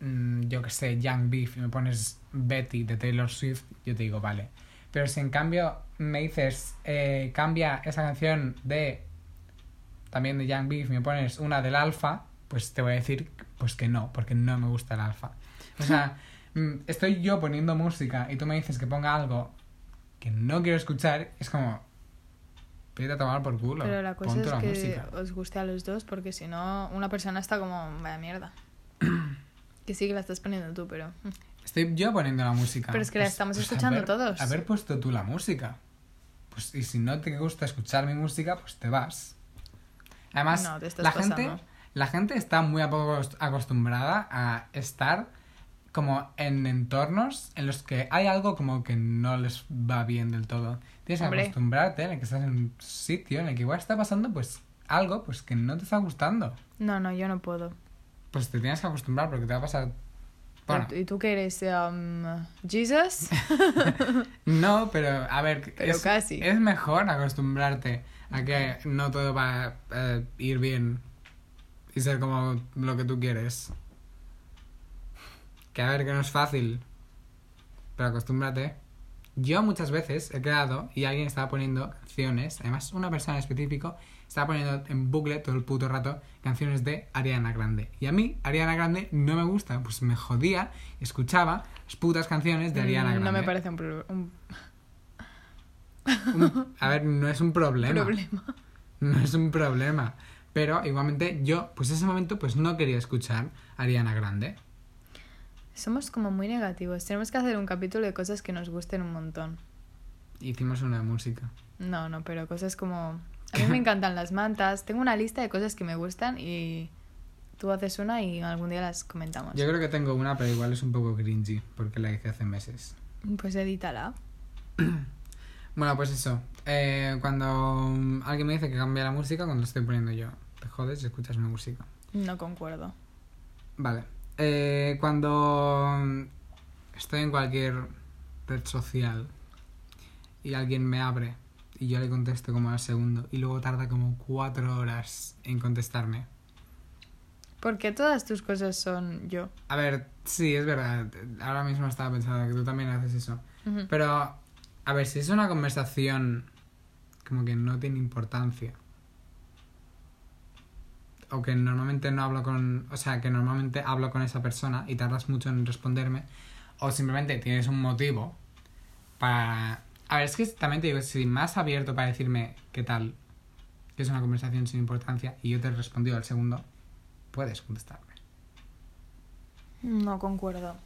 Speaker 2: mm, yo qué sé, Young Beef y me pones Betty de Taylor Swift, yo te digo, vale. Pero si en cambio me dices, eh, cambia esta canción de, también de Young Beef y me pones una del Alfa, pues te voy a decir, pues que no, porque no me gusta el Alfa. O
Speaker 1: <laughs>
Speaker 2: sea, mm, estoy yo poniendo música y tú me dices que ponga algo que no quiero escuchar, es como... Vete a tomar por culo.
Speaker 1: Pero la cosa
Speaker 2: pon tú
Speaker 1: es
Speaker 2: la
Speaker 1: que
Speaker 2: música.
Speaker 1: os guste a los dos, porque si no, una persona está como, vaya
Speaker 2: <clears throat>
Speaker 1: mierda. que sí que la estás poniendo tú, pero. mm.
Speaker 2: Estoy yo poniendo la música. Pues,
Speaker 1: Pero es que la estamos escuchando
Speaker 2: haber-
Speaker 1: todos.
Speaker 2: Haber puesto tú la música. Pues, y si no te gusta escuchar mi música, pues te vas. Además,
Speaker 1: No, te estás
Speaker 2: la,
Speaker 1: pasando.
Speaker 2: gente, la gente está muy a poco acost- acostumbrada a estar como en entornos en los que hay algo como que no les va bien del todo. Tienes que
Speaker 1: Hombre.
Speaker 2: acostumbrarte en el que estás en un sitio en el que igual está pasando pues algo pues que no te está gustando.
Speaker 1: No, no, yo no puedo.
Speaker 2: Pues te tienes que acostumbrar porque te va a pasar... Bueno,
Speaker 1: ¿Y tú qué eres? um, ¿Jesus?
Speaker 2: <laughs> No, pero a ver,
Speaker 1: Pero
Speaker 2: es,
Speaker 1: casi.
Speaker 2: es mejor acostumbrarte a que no todo va a eh, ir bien y ser como lo que tú quieres. Que a ver, que no es fácil, pero acostúmbrate Yo muchas veces he quedado y alguien estaba poniendo canciones, además una persona en específico estaba poniendo en bucle todo el puto rato canciones de Ariana Grande. Y a mí Ariana Grande no me gusta, pues me jodía, escuchaba las putas canciones de Ariana
Speaker 1: Mm,
Speaker 2: Grande.
Speaker 1: No me parece un, pro- un
Speaker 2: Un- a ver, no es un problema.
Speaker 1: <laughs> problema.
Speaker 2: No es un problema. Pero igualmente yo, pues ese momento, pues no quería escuchar a Ariana Grande.
Speaker 1: Somos como muy negativos. Tenemos que hacer un capítulo de cosas que nos gusten un montón.
Speaker 2: Hicimos una de música.
Speaker 1: No, no, pero cosas como... A mí me encantan las mantas. Tengo una lista de cosas que me gustan y tú haces una y algún día las comentamos.
Speaker 2: Yo creo que tengo una, pero igual es un poco cringy, porque la hice hace meses.
Speaker 1: Pues edítala.
Speaker 2: Bueno, pues eso. Eh, cuando mm, alguien me dice que cambia la música, cuando la estoy poniendo yo, te jodes y escuchas mi música.
Speaker 1: No concuerdo.
Speaker 2: Vale. Eh, cuando mm, estoy en cualquier red social y alguien me abre y yo le contesto como al segundo y luego tarda como cuatro horas en contestarme.
Speaker 1: Porque todas tus cosas son yo.
Speaker 2: A ver, sí, es verdad. Ahora mismo estaba pensando que tú también haces eso.
Speaker 1: Ujú.
Speaker 2: Pero, a ver, si es una conversación como que no tiene importancia. O que normalmente no hablo con. O sea, que normalmente hablo con esa persona y tardas mucho en responderme. O simplemente tienes un motivo para. A ver, es que también te digo, si más abierto para decirme qué tal, que es una conversación sin importancia, y yo te he respondido al segundo, puedes contestarme.
Speaker 1: No concuerdo.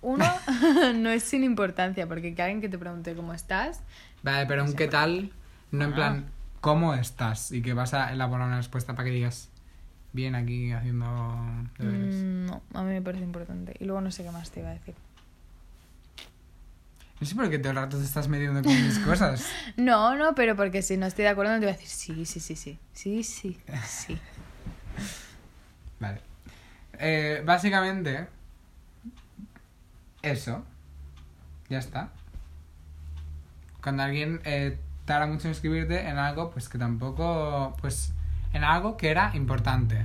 Speaker 1: Uno, <laughs> no es sin importancia, porque que alguien que te pregunte cómo estás,
Speaker 2: Vale, pero un qué tal, no en
Speaker 1: Ah.
Speaker 2: plan, ¿cómo estás? Y que vas a elaborar una respuesta para que digas, bien aquí haciendo deberes.
Speaker 1: mm, no, a mí me parece importante. Y luego no sé qué más te iba a decir.
Speaker 2: No sé por qué todo el rato te estás metiendo con
Speaker 1: <laughs>
Speaker 2: mis cosas.
Speaker 1: No, no, pero porque si no estoy de acuerdo, no te voy a decir sí, sí, sí, sí, sí, sí, sí.
Speaker 2: Vale. Eh, básicamente, eso. Ya está. Cuando alguien eh, tarda mucho en escribirte en algo, pues que tampoco, pues en algo que era importante.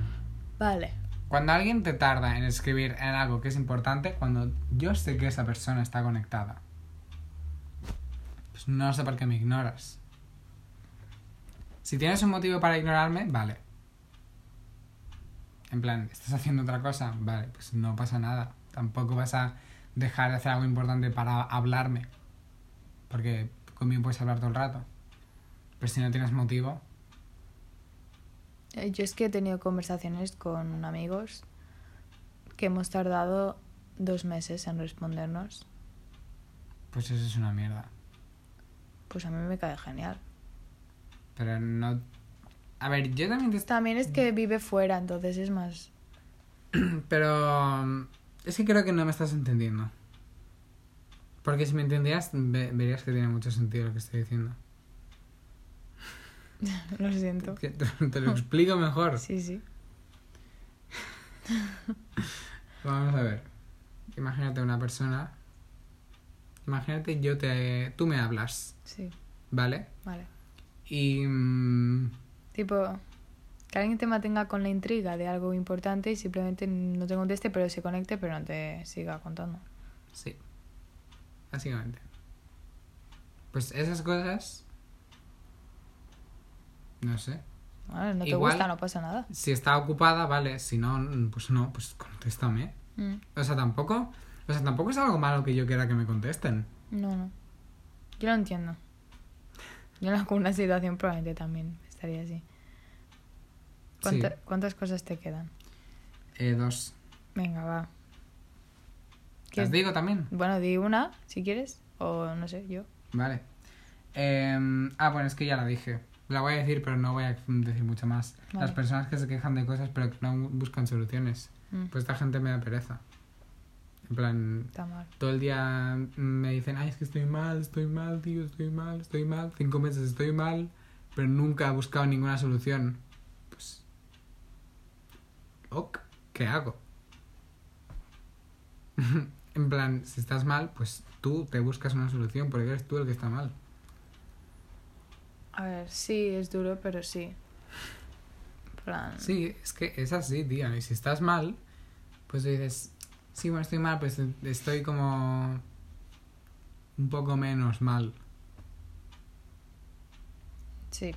Speaker 1: Vale.
Speaker 2: Cuando alguien te tarda en escribir en algo que es importante, cuando yo sé que esa persona está conectada, pues no sé por qué me ignoras. Si tienes un motivo para ignorarme, vale. En plan, ¿estás haciendo otra cosa? Vale, pues no pasa nada. Tampoco vas a dejar de hacer algo importante para hablarme. Porque conmigo puedes hablar todo el rato. Pero si no tienes motivo,
Speaker 1: Eh, Yo es que he tenido conversaciones con amigos que hemos tardado dos meses en respondernos.
Speaker 2: pues eso es una mierda.
Speaker 1: Pues a mí me cae genial.
Speaker 2: Pero no... A ver, yo también te
Speaker 1: Pues También es que vive fuera, entonces es más... <laughs>
Speaker 2: Pero mm, es que creo que no me estás entendiendo. Porque si me entendieras, ve- verías que tiene mucho sentido lo que estoy diciendo.
Speaker 1: Lo siento.
Speaker 2: Que te, <laughs> te lo explico mejor.
Speaker 1: Sí, sí.
Speaker 2: Vamos a ver. Imagínate una persona. Imagínate yo te... Tú me hablas,
Speaker 1: Sí,
Speaker 2: ¿vale?
Speaker 1: vale.
Speaker 2: Y... mm,
Speaker 1: Tipo, que alguien te mantenga con la intriga de algo importante y simplemente no te conteste, pero se conecte, pero no te siga contando.
Speaker 2: Sí. Básicamente. Pues esas cosas... No sé.
Speaker 1: Vale, no te
Speaker 2: Igual-
Speaker 1: gusta, no pasa nada.
Speaker 2: Si está ocupada, vale. Si no, mm, pues no, pues contéstame.
Speaker 1: Mm,
Speaker 2: O sea, tampoco. O sea, tampoco es algo malo que yo quiera que me contesten.
Speaker 1: No, no. Yo lo entiendo. Yo en alguna situación probablemente también estaría así. ¿Cuánta-
Speaker 2: Sí.
Speaker 1: ¿Cuántas cosas te quedan?
Speaker 2: Eh, dos.
Speaker 1: Venga, va.
Speaker 2: ¿Las
Speaker 1: ¿Quieres-
Speaker 2: digo también?
Speaker 1: Bueno, di una, si quieres, o no sé, yo.
Speaker 2: Vale. Em, ah, bueno, es que ya la dije. La voy a decir, pero no voy a decir mucho más.
Speaker 1: Vale.
Speaker 2: Las personas que se quejan de cosas, pero que no buscan soluciones.
Speaker 1: Mm,
Speaker 2: Pues esta gente me da pereza. En plan,
Speaker 1: Está mal.
Speaker 2: todo el día me dicen, ay, es que estoy mal, estoy mal, tío, estoy mal, estoy mal. Cinco meses estoy mal, pero nunca he buscado ninguna solución. Pues. Ok, ¿qué hago? <laughs> en plan, si estás mal, pues tú te buscas una solución porque eres tú el que está mal.
Speaker 1: A ver, sí, es duro, pero sí. Plan...
Speaker 2: Sí, es que es así, tía. Y si estás mal, pues tú dices, sí, bueno, estoy mal, pues estoy como un poco menos mal.
Speaker 1: Sí.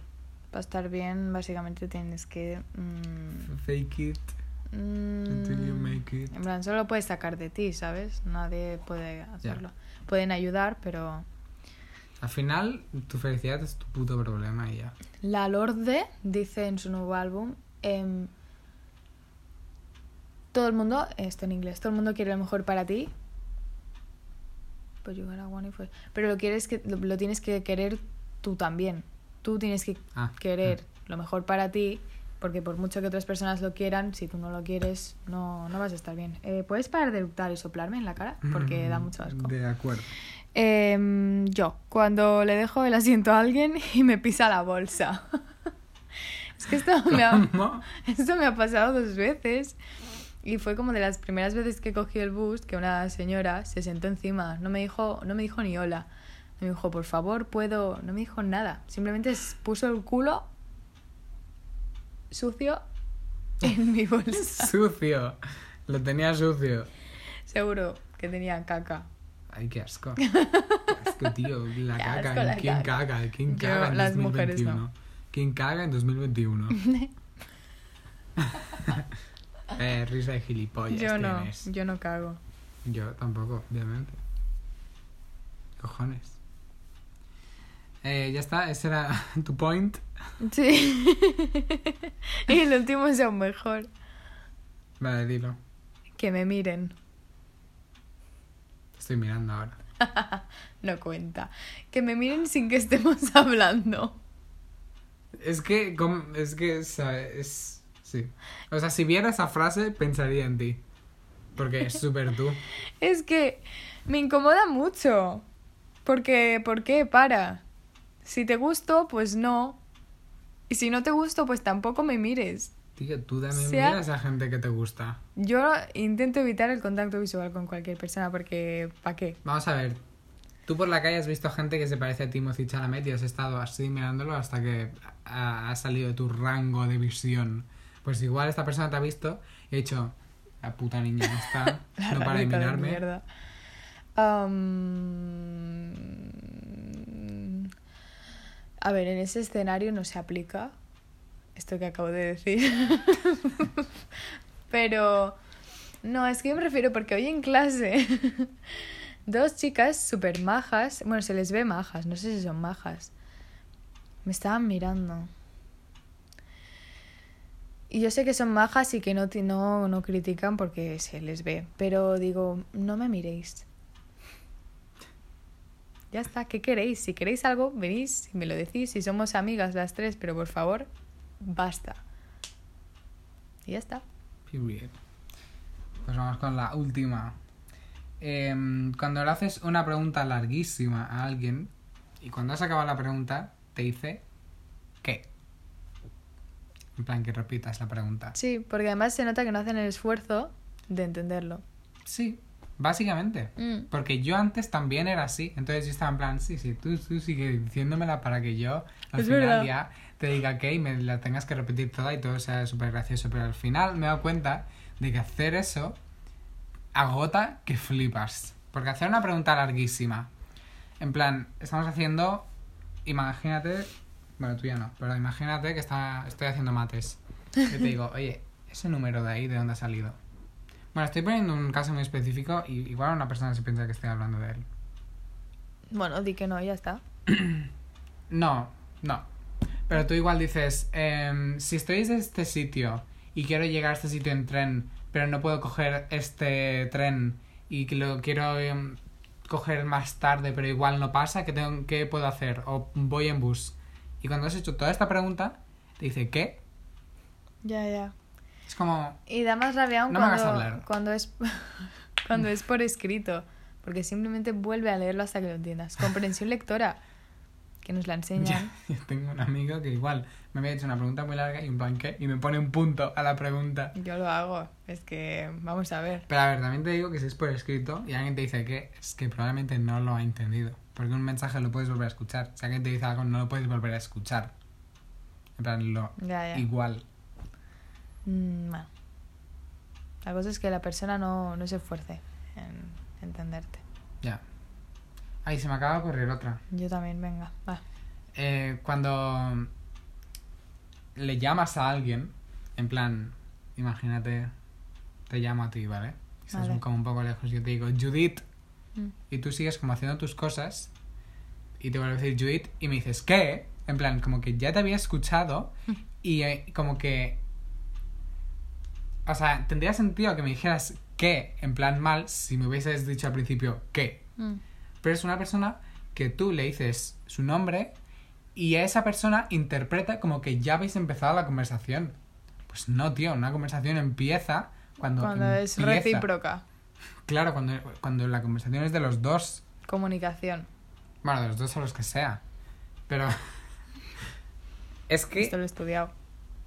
Speaker 1: Para estar bien, básicamente tienes que. mm,
Speaker 2: Fake it until you
Speaker 1: mm,
Speaker 2: make it.
Speaker 1: En plan, solo puedes sacar de ti, ¿sabes? Nadie puede hacerlo. Pueden ayudar, pero.
Speaker 2: Al final, tu felicidad es tu puto problema y ya.
Speaker 1: La Lorde dice en su nuevo álbum. em, todo el mundo, esto en inglés, todo el mundo quiere lo mejor para ti. Pues you gotta want it for- Pero lo quieres que lo, lo tienes que querer tú también. Tú tienes que
Speaker 2: Ah,
Speaker 1: querer lo mejor para ti, porque por mucho que otras personas lo quieran, si tú no lo quieres, no, no vas a estar bien. Eh, ¿Puedes parar de eructar y soplarme en la cara? Porque da mucho asco.
Speaker 2: Mm. De acuerdo.
Speaker 1: Em, yo, cuando le dejo el asiento a alguien y me pisa la bolsa. <laughs> es que esto <laughs> me,
Speaker 2: <laughs>
Speaker 1: ha,
Speaker 2: ¿Cómo?
Speaker 1: <laughs> esto me ha pasado dos veces. Y fue como de las primeras veces que cogí el bus que una señora se sentó encima. No me dijo, no me dijo ni hola. Me dijo, por favor, puedo. No me dijo nada. Simplemente s- puso el culo sucio en mi
Speaker 2: <laughs>
Speaker 1: bolsa.
Speaker 2: Sucio. Lo tenía sucio.
Speaker 1: Seguro que tenía caca.
Speaker 2: Ay,
Speaker 1: <laughs>
Speaker 2: qué asco. Qué asco, tío. La
Speaker 1: Qué
Speaker 2: caca.
Speaker 1: asco, la
Speaker 2: ¿Quién
Speaker 1: caca.
Speaker 2: caga? ¿Quién
Speaker 1: Yo-
Speaker 2: caga en
Speaker 1: las
Speaker 2: 2021?
Speaker 1: mujeres no.
Speaker 2: ¿Quién caga en 2021?
Speaker 1: <laughs>
Speaker 2: eh, risa de gilipollas
Speaker 1: yo no,
Speaker 2: tienes.
Speaker 1: yo no cago.
Speaker 2: Yo tampoco, obviamente. Cojones. Eh, ya está, ese era <laughs> tu point.
Speaker 1: Sí. <laughs> y el último es aún mejor.
Speaker 2: Vale, dilo.
Speaker 1: Que me miren.
Speaker 2: Te estoy mirando ahora.
Speaker 1: No cuenta. Que me miren sin que estemos <laughs> hablando.
Speaker 2: Es que, com- es que, sabe, es, sí. O sea, si viera esa frase, pensaría en ti. Porque es súper
Speaker 1: <laughs>
Speaker 2: tú.
Speaker 1: Es que me incomoda mucho. Porque, ¿por qué? Para. Si te gusto, pues no. Y si no te gusto, pues tampoco me mires.
Speaker 2: Tío, tú también
Speaker 1: Sea-
Speaker 2: miras a gente que te gusta.
Speaker 1: Yo intento evitar el contacto visual con cualquier persona porque, ¿para qué?
Speaker 2: Vamos a ver. Tú por la calle has visto gente que se parece a Timothy Chalamet y has estado así mirándolo hasta que ha, ha salido de tu rango de visión. Pues igual esta persona te ha visto y ha dicho, la puta niña
Speaker 1: <laughs>
Speaker 2: está,
Speaker 1: La
Speaker 2: no para de
Speaker 1: ranita de
Speaker 2: mirarme.
Speaker 1: mierda. Am, a ver, en ese escenario no se aplica esto que acabo de decir. <laughs> Pero no, es que yo me refiero porque hoy en clase <laughs> dos chicas súper majas, bueno, se les ve majas, no sé si son majas, me estaban mirando. Y yo sé que son majas y que no, ti- no, no critican porque se les ve. Pero digo, no me miréis. Ya está, ¿qué queréis? Si queréis algo, venís y me lo decís. Si somos amigas las tres, pero por favor, basta. Y ya está.
Speaker 2: Period. Pues vamos con la última. Em, cuando le haces una pregunta larguísima a alguien y cuando has acabado la pregunta, te dice, ¿qué? En plan, que repitas la pregunta.
Speaker 1: Sí, porque además se nota que no hacen el esfuerzo de entenderlo.
Speaker 2: Sí, básicamente.
Speaker 1: Mm.
Speaker 2: Porque yo antes también era así. Entonces yo estaba en plan, sí, sí, tú, tú sigue diciéndomela para que yo al
Speaker 1: Es
Speaker 2: final
Speaker 1: verdad.
Speaker 2: ya te diga que y me la tengas que repetir toda y todo sea súper gracioso. Pero al final me he dado cuenta de que hacer eso agota que flipas. Porque hacer una pregunta larguísima. En plan, estamos haciendo, imagínate, bueno, tú ya no, pero imagínate que está, estoy haciendo mates. Yo
Speaker 1: <laughs>
Speaker 2: te digo, oye, ese número de ahí, ¿de dónde ha salido? Bueno, estoy poniendo un caso muy específico y igual una persona se piensa que estoy hablando de él.
Speaker 1: Bueno, di que no, ya está.
Speaker 2: No, no. Pero tú igual dices, em, si estoy en este sitio y quiero llegar a este sitio en tren, pero no puedo coger este tren y que lo quiero em, coger más tarde, pero igual no pasa, ¿qué, tengo, ¿qué puedo hacer? O voy en bus. Y cuando has hecho toda esta pregunta, te dice, ¿qué?
Speaker 1: Ya, ya.
Speaker 2: Es como,
Speaker 1: Y da más rabia aún
Speaker 2: No me hagas
Speaker 1: cuando,
Speaker 2: hablar.
Speaker 1: cuando, es, <laughs> cuando es por escrito, porque simplemente vuelve a leerlo hasta que lo entiendas. Comprensión lectora, que nos la enseñan.
Speaker 2: <laughs> Yo tengo un amigo que igual me había hecho una pregunta muy larga y un plan ¿qué? y me pone un punto a la pregunta.
Speaker 1: Yo lo hago, es que vamos a ver.
Speaker 2: Pero a ver, también te digo que si es por escrito y alguien te dice que es que probablemente no lo ha entendido. Porque un mensaje lo puedes volver a escuchar. Si alguien te dice algo, no lo puedes volver a escuchar. En plan, lo
Speaker 1: Ya, ya.
Speaker 2: igual.
Speaker 1: Mm, bueno. La cosa es que la persona no, no se esfuerce en entenderte.
Speaker 2: Ya. Ay, se me acaba de ocurrir otra.
Speaker 1: Yo también, venga, va.
Speaker 2: Eh, cuando le llamas a alguien, en plan, imagínate, te llamo a ti, ¿vale? Y Estás
Speaker 1: Vale.
Speaker 2: como un poco lejos, yo te digo, Judith,
Speaker 1: Mm.
Speaker 2: y tú sigues como haciendo tus cosas, y te vuelvo a decir Judith, y me dices, ¿qué? En plan, como que ya te había escuchado, y eh, como que... O sea, tendría sentido que me dijeras qué, en plan mal, si me hubieses dicho al principio qué,
Speaker 1: Mm.
Speaker 2: pero es una persona que tú le dices su nombre y a esa persona interpreta como que ya habéis empezado la conversación. Pues no, tío, una conversación empieza cuando,
Speaker 1: Cuando es
Speaker 2: empieza.
Speaker 1: recíproca,
Speaker 2: Claro, cuando, cuando la conversación es de los dos.
Speaker 1: comunicación.
Speaker 2: Bueno, de los dos o los que sea. Pero... <laughs> es
Speaker 1: Esto
Speaker 2: que
Speaker 1: lo he estudiado.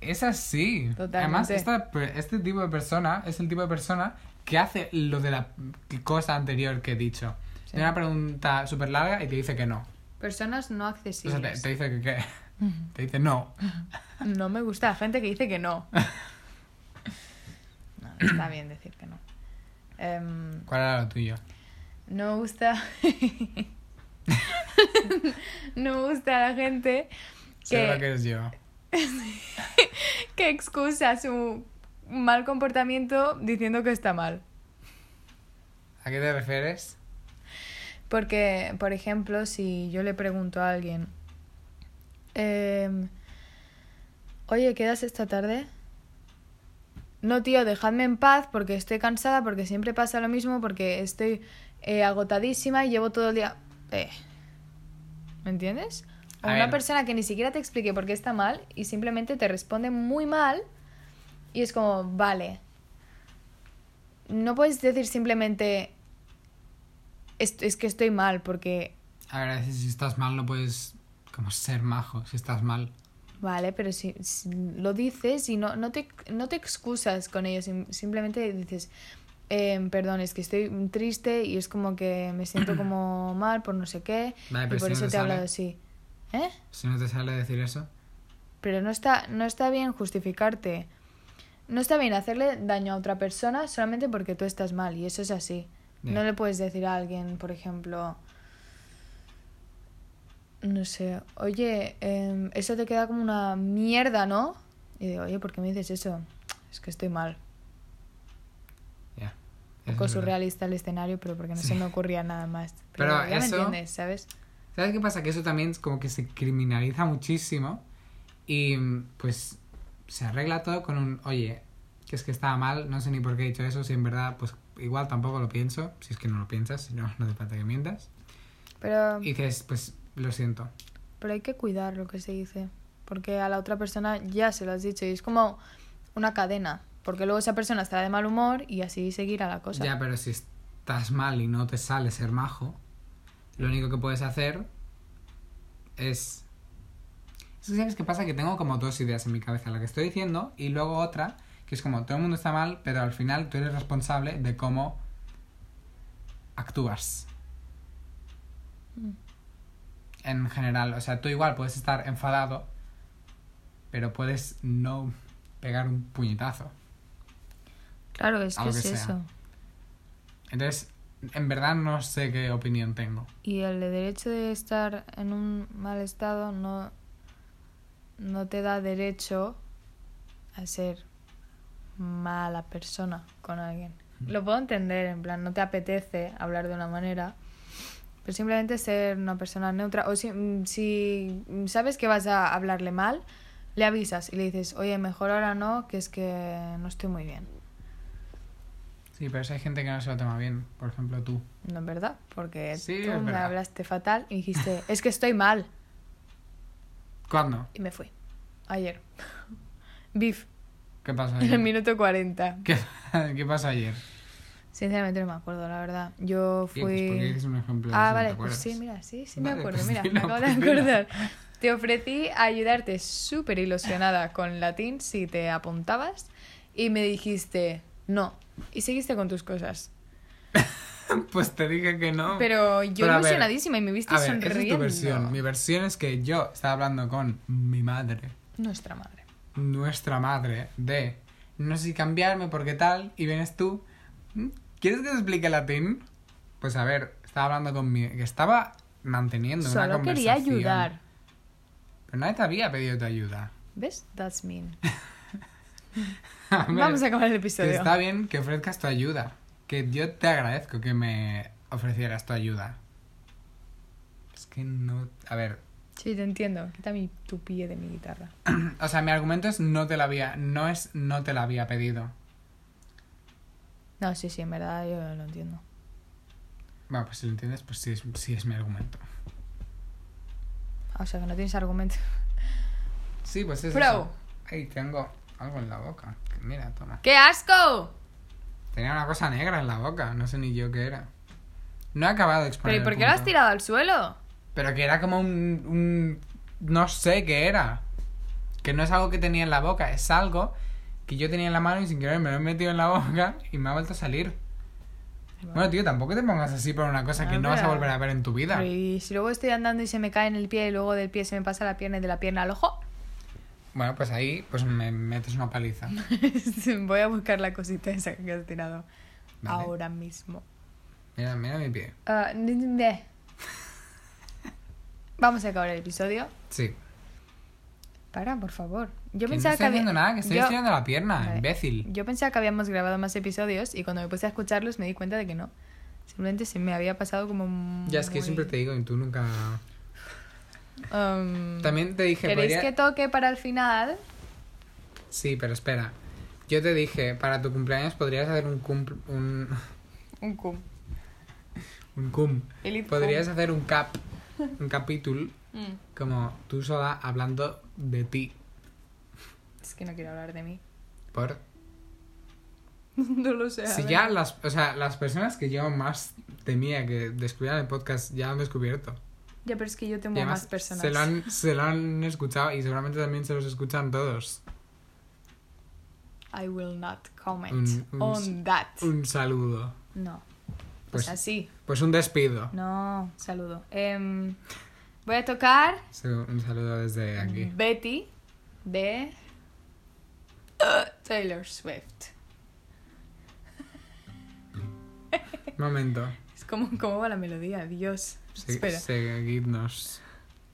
Speaker 2: es así.
Speaker 1: Totalmente.
Speaker 2: Además, esta pe- este tipo de persona es el tipo de persona que hace lo de la cosa anterior que he dicho.
Speaker 1: Sí.
Speaker 2: Tiene una pregunta súper larga y te dice que no.
Speaker 1: Personas no
Speaker 2: O sea,
Speaker 1: accesibles.
Speaker 2: te, te dice que, que- te dice no.
Speaker 1: No me gusta la gente que dice que no. No, no está bien decir que no. Em,
Speaker 2: ¿Cuál era lo tuyo?
Speaker 1: no me gusta. no me gusta la gente
Speaker 2: Seguro
Speaker 1: que,
Speaker 2: que es yo.
Speaker 1: que excusa su mal comportamiento diciendo que está mal.
Speaker 2: ¿A qué te refieres?
Speaker 1: Porque, por ejemplo, si yo le pregunto a alguien, em, oye, ¿quedas esta tarde? No, tío, dejadme en paz porque estoy cansada, porque siempre pasa lo mismo, porque estoy eh, agotadísima y llevo todo el día... Eh, ¿Me entiendes? O
Speaker 2: A
Speaker 1: una
Speaker 2: ver.
Speaker 1: persona que ni siquiera te explique por qué está mal y simplemente te responde muy mal y es como, vale. No puedes decir simplemente, es, es que estoy mal porque...
Speaker 2: A ver, a veces si estás mal no puedes como ser majo si estás mal.
Speaker 1: Vale, pero si, si lo dices y no, no, te, no te excusas con ello, sim- simplemente dices, "Em, perdón, es que estoy triste y es como que me
Speaker 2: <clears throat>
Speaker 1: siento como mal por no sé qué
Speaker 2: Vale, pero
Speaker 1: y por
Speaker 2: si no
Speaker 1: eso
Speaker 2: te
Speaker 1: te he hablado
Speaker 2: sale.
Speaker 1: así. ¿Eh?
Speaker 2: Si no te sale decir eso.
Speaker 1: Pero no está, no está bien justificarte. No está bien hacerle daño a otra persona solamente porque tú estás mal y eso es así.
Speaker 2: Ya.
Speaker 1: No le puedes decir a alguien, por ejemplo, no sé, oye, em, eso te queda como una mierda, ¿no? Y digo, oye, ¿por qué me dices eso? Es que estoy mal.
Speaker 2: Ya.
Speaker 1: Un poco
Speaker 2: Eso es verdad.
Speaker 1: surrealista el escenario, pero porque no
Speaker 2: Sí.
Speaker 1: se me ocurría nada más.
Speaker 2: Pero
Speaker 1: Pero, ya me
Speaker 2: eso-
Speaker 1: entiendes, ¿sabes?
Speaker 2: ¿Sabes qué pasa? Que eso también es como que se criminaliza muchísimo y pues se arregla todo con un, oye, que es que estaba mal, no sé ni por qué he dicho eso, si en verdad, pues igual tampoco lo pienso, si es que no lo piensas, si no, no te falta que mientas.
Speaker 1: Pero,
Speaker 2: Y dices, pues lo siento.
Speaker 1: pero hay que cuidar lo que se dice, porque a la otra persona ya se lo has dicho y es como una cadena, porque luego esa persona estará de mal humor y así seguirá la cosa.
Speaker 2: ya, pero si estás mal y no te sale ser majo, lo único que puedes hacer es... Es que sabes qué pasa, que tengo como dos ideas en mi cabeza, la que estoy diciendo y luego otra, que es como todo el mundo está mal, pero al final tú eres responsable de cómo actúas.
Speaker 1: Mm.
Speaker 2: En general, o sea, tú igual puedes estar enfadado, pero puedes no pegar un puñetazo.
Speaker 1: Claro, es
Speaker 2: a
Speaker 1: que
Speaker 2: lo
Speaker 1: es
Speaker 2: que sea.
Speaker 1: eso.
Speaker 2: Entonces, en verdad no sé qué opinión tengo.
Speaker 1: Y el derecho de estar en un mal estado no, no te da derecho a ser mala persona con alguien.
Speaker 2: Mm.
Speaker 1: Lo puedo entender, en plan, no te apetece hablar de una manera, pero simplemente ser una persona neutra. O si, mm, si mm, sabes que vas a hablarle mal, le avisas y le dices, oye, mejor ahora no, que es que no estoy muy bien.
Speaker 2: Sí, pero si hay gente que no se lo toma bien, por ejemplo tú.
Speaker 1: No es verdad, porque
Speaker 2: Sí,
Speaker 1: tú
Speaker 2: es
Speaker 1: me
Speaker 2: verdad.
Speaker 1: hablaste fatal y dijiste, es que estoy mal.
Speaker 2: ¿Cuándo?
Speaker 1: Y me fui. Ayer. <laughs> Beef. <laughs>
Speaker 2: ¿Qué pasó
Speaker 1: En
Speaker 2: ayer?
Speaker 1: el minuto 40.
Speaker 2: ¿Qué, <laughs> ¿Qué pasó ayer?
Speaker 1: Sinceramente no me acuerdo, la verdad. Yo
Speaker 2: Tío, pues porque
Speaker 1: fui...
Speaker 2: eres un ejemplo de
Speaker 1: Ah,
Speaker 2: eso, ¿te
Speaker 1: vale, pues
Speaker 2: acuerdas? <laughs>
Speaker 1: sí, mira, sí, sí me
Speaker 2: Vale,
Speaker 1: acuerdo,
Speaker 2: pues
Speaker 1: mira,
Speaker 2: dilo,
Speaker 1: me acabo
Speaker 2: pues
Speaker 1: de
Speaker 2: dilo.
Speaker 1: acordar. Te ofrecí a ayudarte súper ilusionada con latín si te apuntabas y me dijiste no y seguiste con tus cosas.
Speaker 2: Pues te dije que no.
Speaker 1: Pero yo
Speaker 2: Pero a ver,
Speaker 1: ilusionadísima y me viste
Speaker 2: A ver,
Speaker 1: sonriendo.
Speaker 2: esa es tu versión. Mi versión es que yo estaba hablando con mi madre,
Speaker 1: Nuestra madre.
Speaker 2: nuestra madre, de no sé si cambiarme porque tal, y vienes tú. "Mm, ¿Quieres que te explique latín? Pues a ver, estaba hablando conmigo, que estaba manteniendo una
Speaker 1: Solo quería
Speaker 2: conversación.
Speaker 1: ayudar.
Speaker 2: Pero nadie te había pedido tu ayuda.
Speaker 1: ¿Ves? That's
Speaker 2: <laughs>
Speaker 1: mean.
Speaker 2: A
Speaker 1: <laughs>
Speaker 2: ver,
Speaker 1: Vamos a acabar el
Speaker 2: que
Speaker 1: episodio.
Speaker 2: Está bien que ofrezcas tu ayuda. Que yo te agradezco que me ofrecieras tu ayuda. Es que no... A ver,
Speaker 1: Sí, te entiendo. Quita mi, tu pie de mi guitarra.
Speaker 2: O sea, mi argumento es no te la había, no es no te la había pedido.
Speaker 1: No, sí, sí, en verdad yo lo entiendo.
Speaker 2: Bueno, pues si lo entiendes, pues sí es, sí es mi argumento.
Speaker 1: O sea, que no tienes argumento. <laughs>
Speaker 2: Sí, pues es
Speaker 1: Pro.
Speaker 2: eso. Ay, tengo algo en la boca. Mira, toma.
Speaker 1: ¡Qué asco!
Speaker 2: Tenía una cosa negra en la boca, no sé ni yo qué era. No he acabado de exponer
Speaker 1: ¿Pero y
Speaker 2: el
Speaker 1: por qué lo has
Speaker 2: punto.
Speaker 1: tirado al suelo?
Speaker 2: Pero que era como un, un... No sé qué era. Que no es algo que tenía en la boca, es algo que yo tenía en la mano y sin querer me lo he metido en la boca y me ha vuelto a salir. Bueno, tío, tampoco te pongas así por una cosa
Speaker 1: Ah,
Speaker 2: que no vas a
Speaker 1: pero-
Speaker 2: volver a ver en tu vida.
Speaker 1: Pero, Y si luego estoy andando y se me cae en el pie y luego del pie se me pasa la pierna y de la pierna al ojo, <laughs>
Speaker 2: Bueno, pues ahí pues me metes
Speaker 1: <laughs>
Speaker 2: una paliza.
Speaker 1: voy a buscar la cosita esa que has tirado
Speaker 2: Vale.
Speaker 1: ahora mismo.
Speaker 2: Mira, mira mi pie.
Speaker 1: Ah, ni- ni-
Speaker 2: <laughs>
Speaker 1: ni. Vamos a acabar el episodio.
Speaker 2: Sí.
Speaker 1: Para, por favor. Yo
Speaker 2: Que no
Speaker 1: pensaba
Speaker 2: estoy
Speaker 1: que había-
Speaker 2: haciendo nada, que estoy
Speaker 1: yo-
Speaker 2: estirando la pierna,
Speaker 1: Vale.
Speaker 2: imbécil.
Speaker 1: Yo pensaba que habíamos grabado más episodios y cuando me puse a escucharlos me di cuenta de que no. Simplemente se me había pasado como un...
Speaker 2: Ya es que siempre te digo y tú nunca... También te dije...
Speaker 1: um, Mm. ¿Queréis
Speaker 2: podría-
Speaker 1: que toque para el final?
Speaker 2: Sí, pero espera. Yo te dije, para tu cumpleaños podrías hacer un cum... Un,
Speaker 1: Un cum.
Speaker 2: un cum.
Speaker 1: Elite
Speaker 2: Podrías hacer un cap, un capítulo,
Speaker 1: Mm,
Speaker 2: como tú sola hablando de ti.
Speaker 1: Es que no quiero hablar de mí.
Speaker 2: Por...
Speaker 1: <laughs> no lo sé. a
Speaker 2: Si
Speaker 1: ver.
Speaker 2: ya las, o sea, las personas que yo más temía que descubrieran el podcast ya lo han descubierto.
Speaker 1: Ya, pero es que yo
Speaker 2: Y
Speaker 1: tengo
Speaker 2: además
Speaker 1: más personas.
Speaker 2: Se lo, han, se lo han escuchado y seguramente también se los escuchan todos.
Speaker 1: I will not comment
Speaker 2: Un- un-
Speaker 1: on that.
Speaker 2: Un saludo.
Speaker 1: No.
Speaker 2: Pues-
Speaker 1: o sea, sí.
Speaker 2: Pues un despido.
Speaker 1: No, saludo. Em, voy a tocar
Speaker 2: Sí, Un saludo desde aquí.
Speaker 1: Betty de uh, Taylor Swift.
Speaker 2: Momento.
Speaker 1: Es como, <laughs> como va la melodía, Dios.
Speaker 2: Se-
Speaker 1: Espera.
Speaker 2: seguidnos.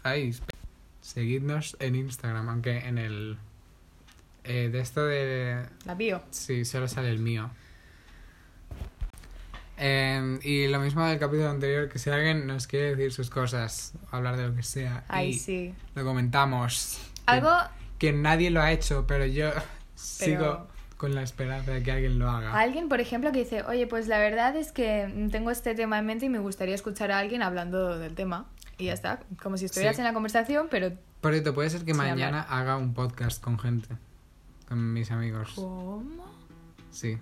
Speaker 2: Ahí, espe- seguidnos en Instagram, aunque en el. eh, de esto de.
Speaker 1: La bio.
Speaker 2: Sí, solo sale el mío. Em, y lo mismo del capítulo anterior, que si alguien nos quiere decir sus cosas, hablar de lo que sea,
Speaker 1: Ahí
Speaker 2: y
Speaker 1: sí. Ah.
Speaker 2: lo comentamos.
Speaker 1: Algo,
Speaker 2: que nadie lo ha hecho, pero yo <laughs> sigo
Speaker 1: Pero-
Speaker 2: con la esperanza de que alguien lo haga.
Speaker 1: alguien, por ejemplo, que dice, oye, pues la verdad es que mm, tengo este tema en mente y me gustaría escuchar a alguien hablando del tema. Y ya está, como si estuvieras
Speaker 2: Sí.
Speaker 1: en la conversación, pero...
Speaker 2: Por cierto, puede ser que
Speaker 1: Sin
Speaker 2: mañana haga un podcast con gente, con mis amigos.
Speaker 1: ¿Cómo?
Speaker 2: Sí.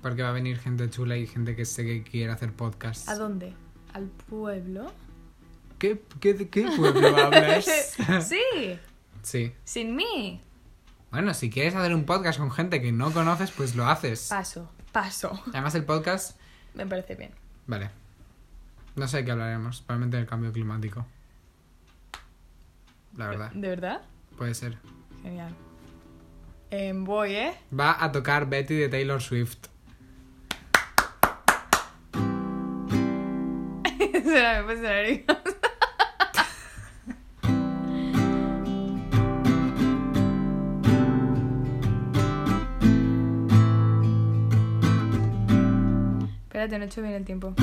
Speaker 2: Porque va a venir gente chula y gente que sé que quiere hacer podcast.
Speaker 1: ¿A dónde? ¿Al pueblo?
Speaker 2: ¿Qué, qué, de qué pueblo hablas?
Speaker 1: <laughs> sí,
Speaker 2: sí.
Speaker 1: sin mí.
Speaker 2: Bueno, si quieres hacer un podcast con gente que no conoces, pues lo haces.
Speaker 1: Paso, paso. <laughs>
Speaker 2: Además, el podcast.
Speaker 1: Me parece bien.
Speaker 2: Vale. No sé de qué hablaremos. Probablemente del cambio climático. La verdad.
Speaker 1: ¿De verdad?
Speaker 2: Puede ser.
Speaker 1: Genial. Em, voy, ¿eh?
Speaker 2: Va a tocar Betty de Taylor Swift.
Speaker 1: <laughs> Se me puse nerviosa. <laughs> Espérate, no he hecho bien el tiempo.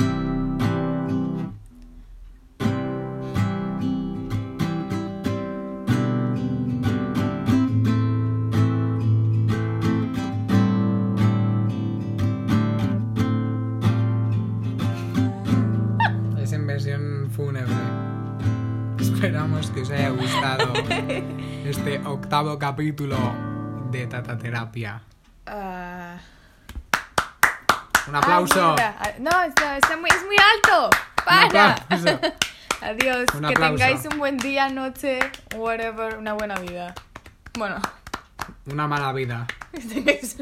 Speaker 2: Es en versión fúnebre. <laughs> Esperamos que os haya gustado este octavo capítulo de Tata Terapia.
Speaker 1: Ah.
Speaker 2: Un aplauso.
Speaker 1: Ah, mierda. Ah, no, está, está muy, es muy alto. Para.
Speaker 2: Un aplauso.
Speaker 1: Adiós.
Speaker 2: Un
Speaker 1: que
Speaker 2: aplauso.
Speaker 1: tengáis un buen día, noche, whatever, una buena vida. Bueno, <laughs>
Speaker 2: Una mala vida.
Speaker 1: que tengáis-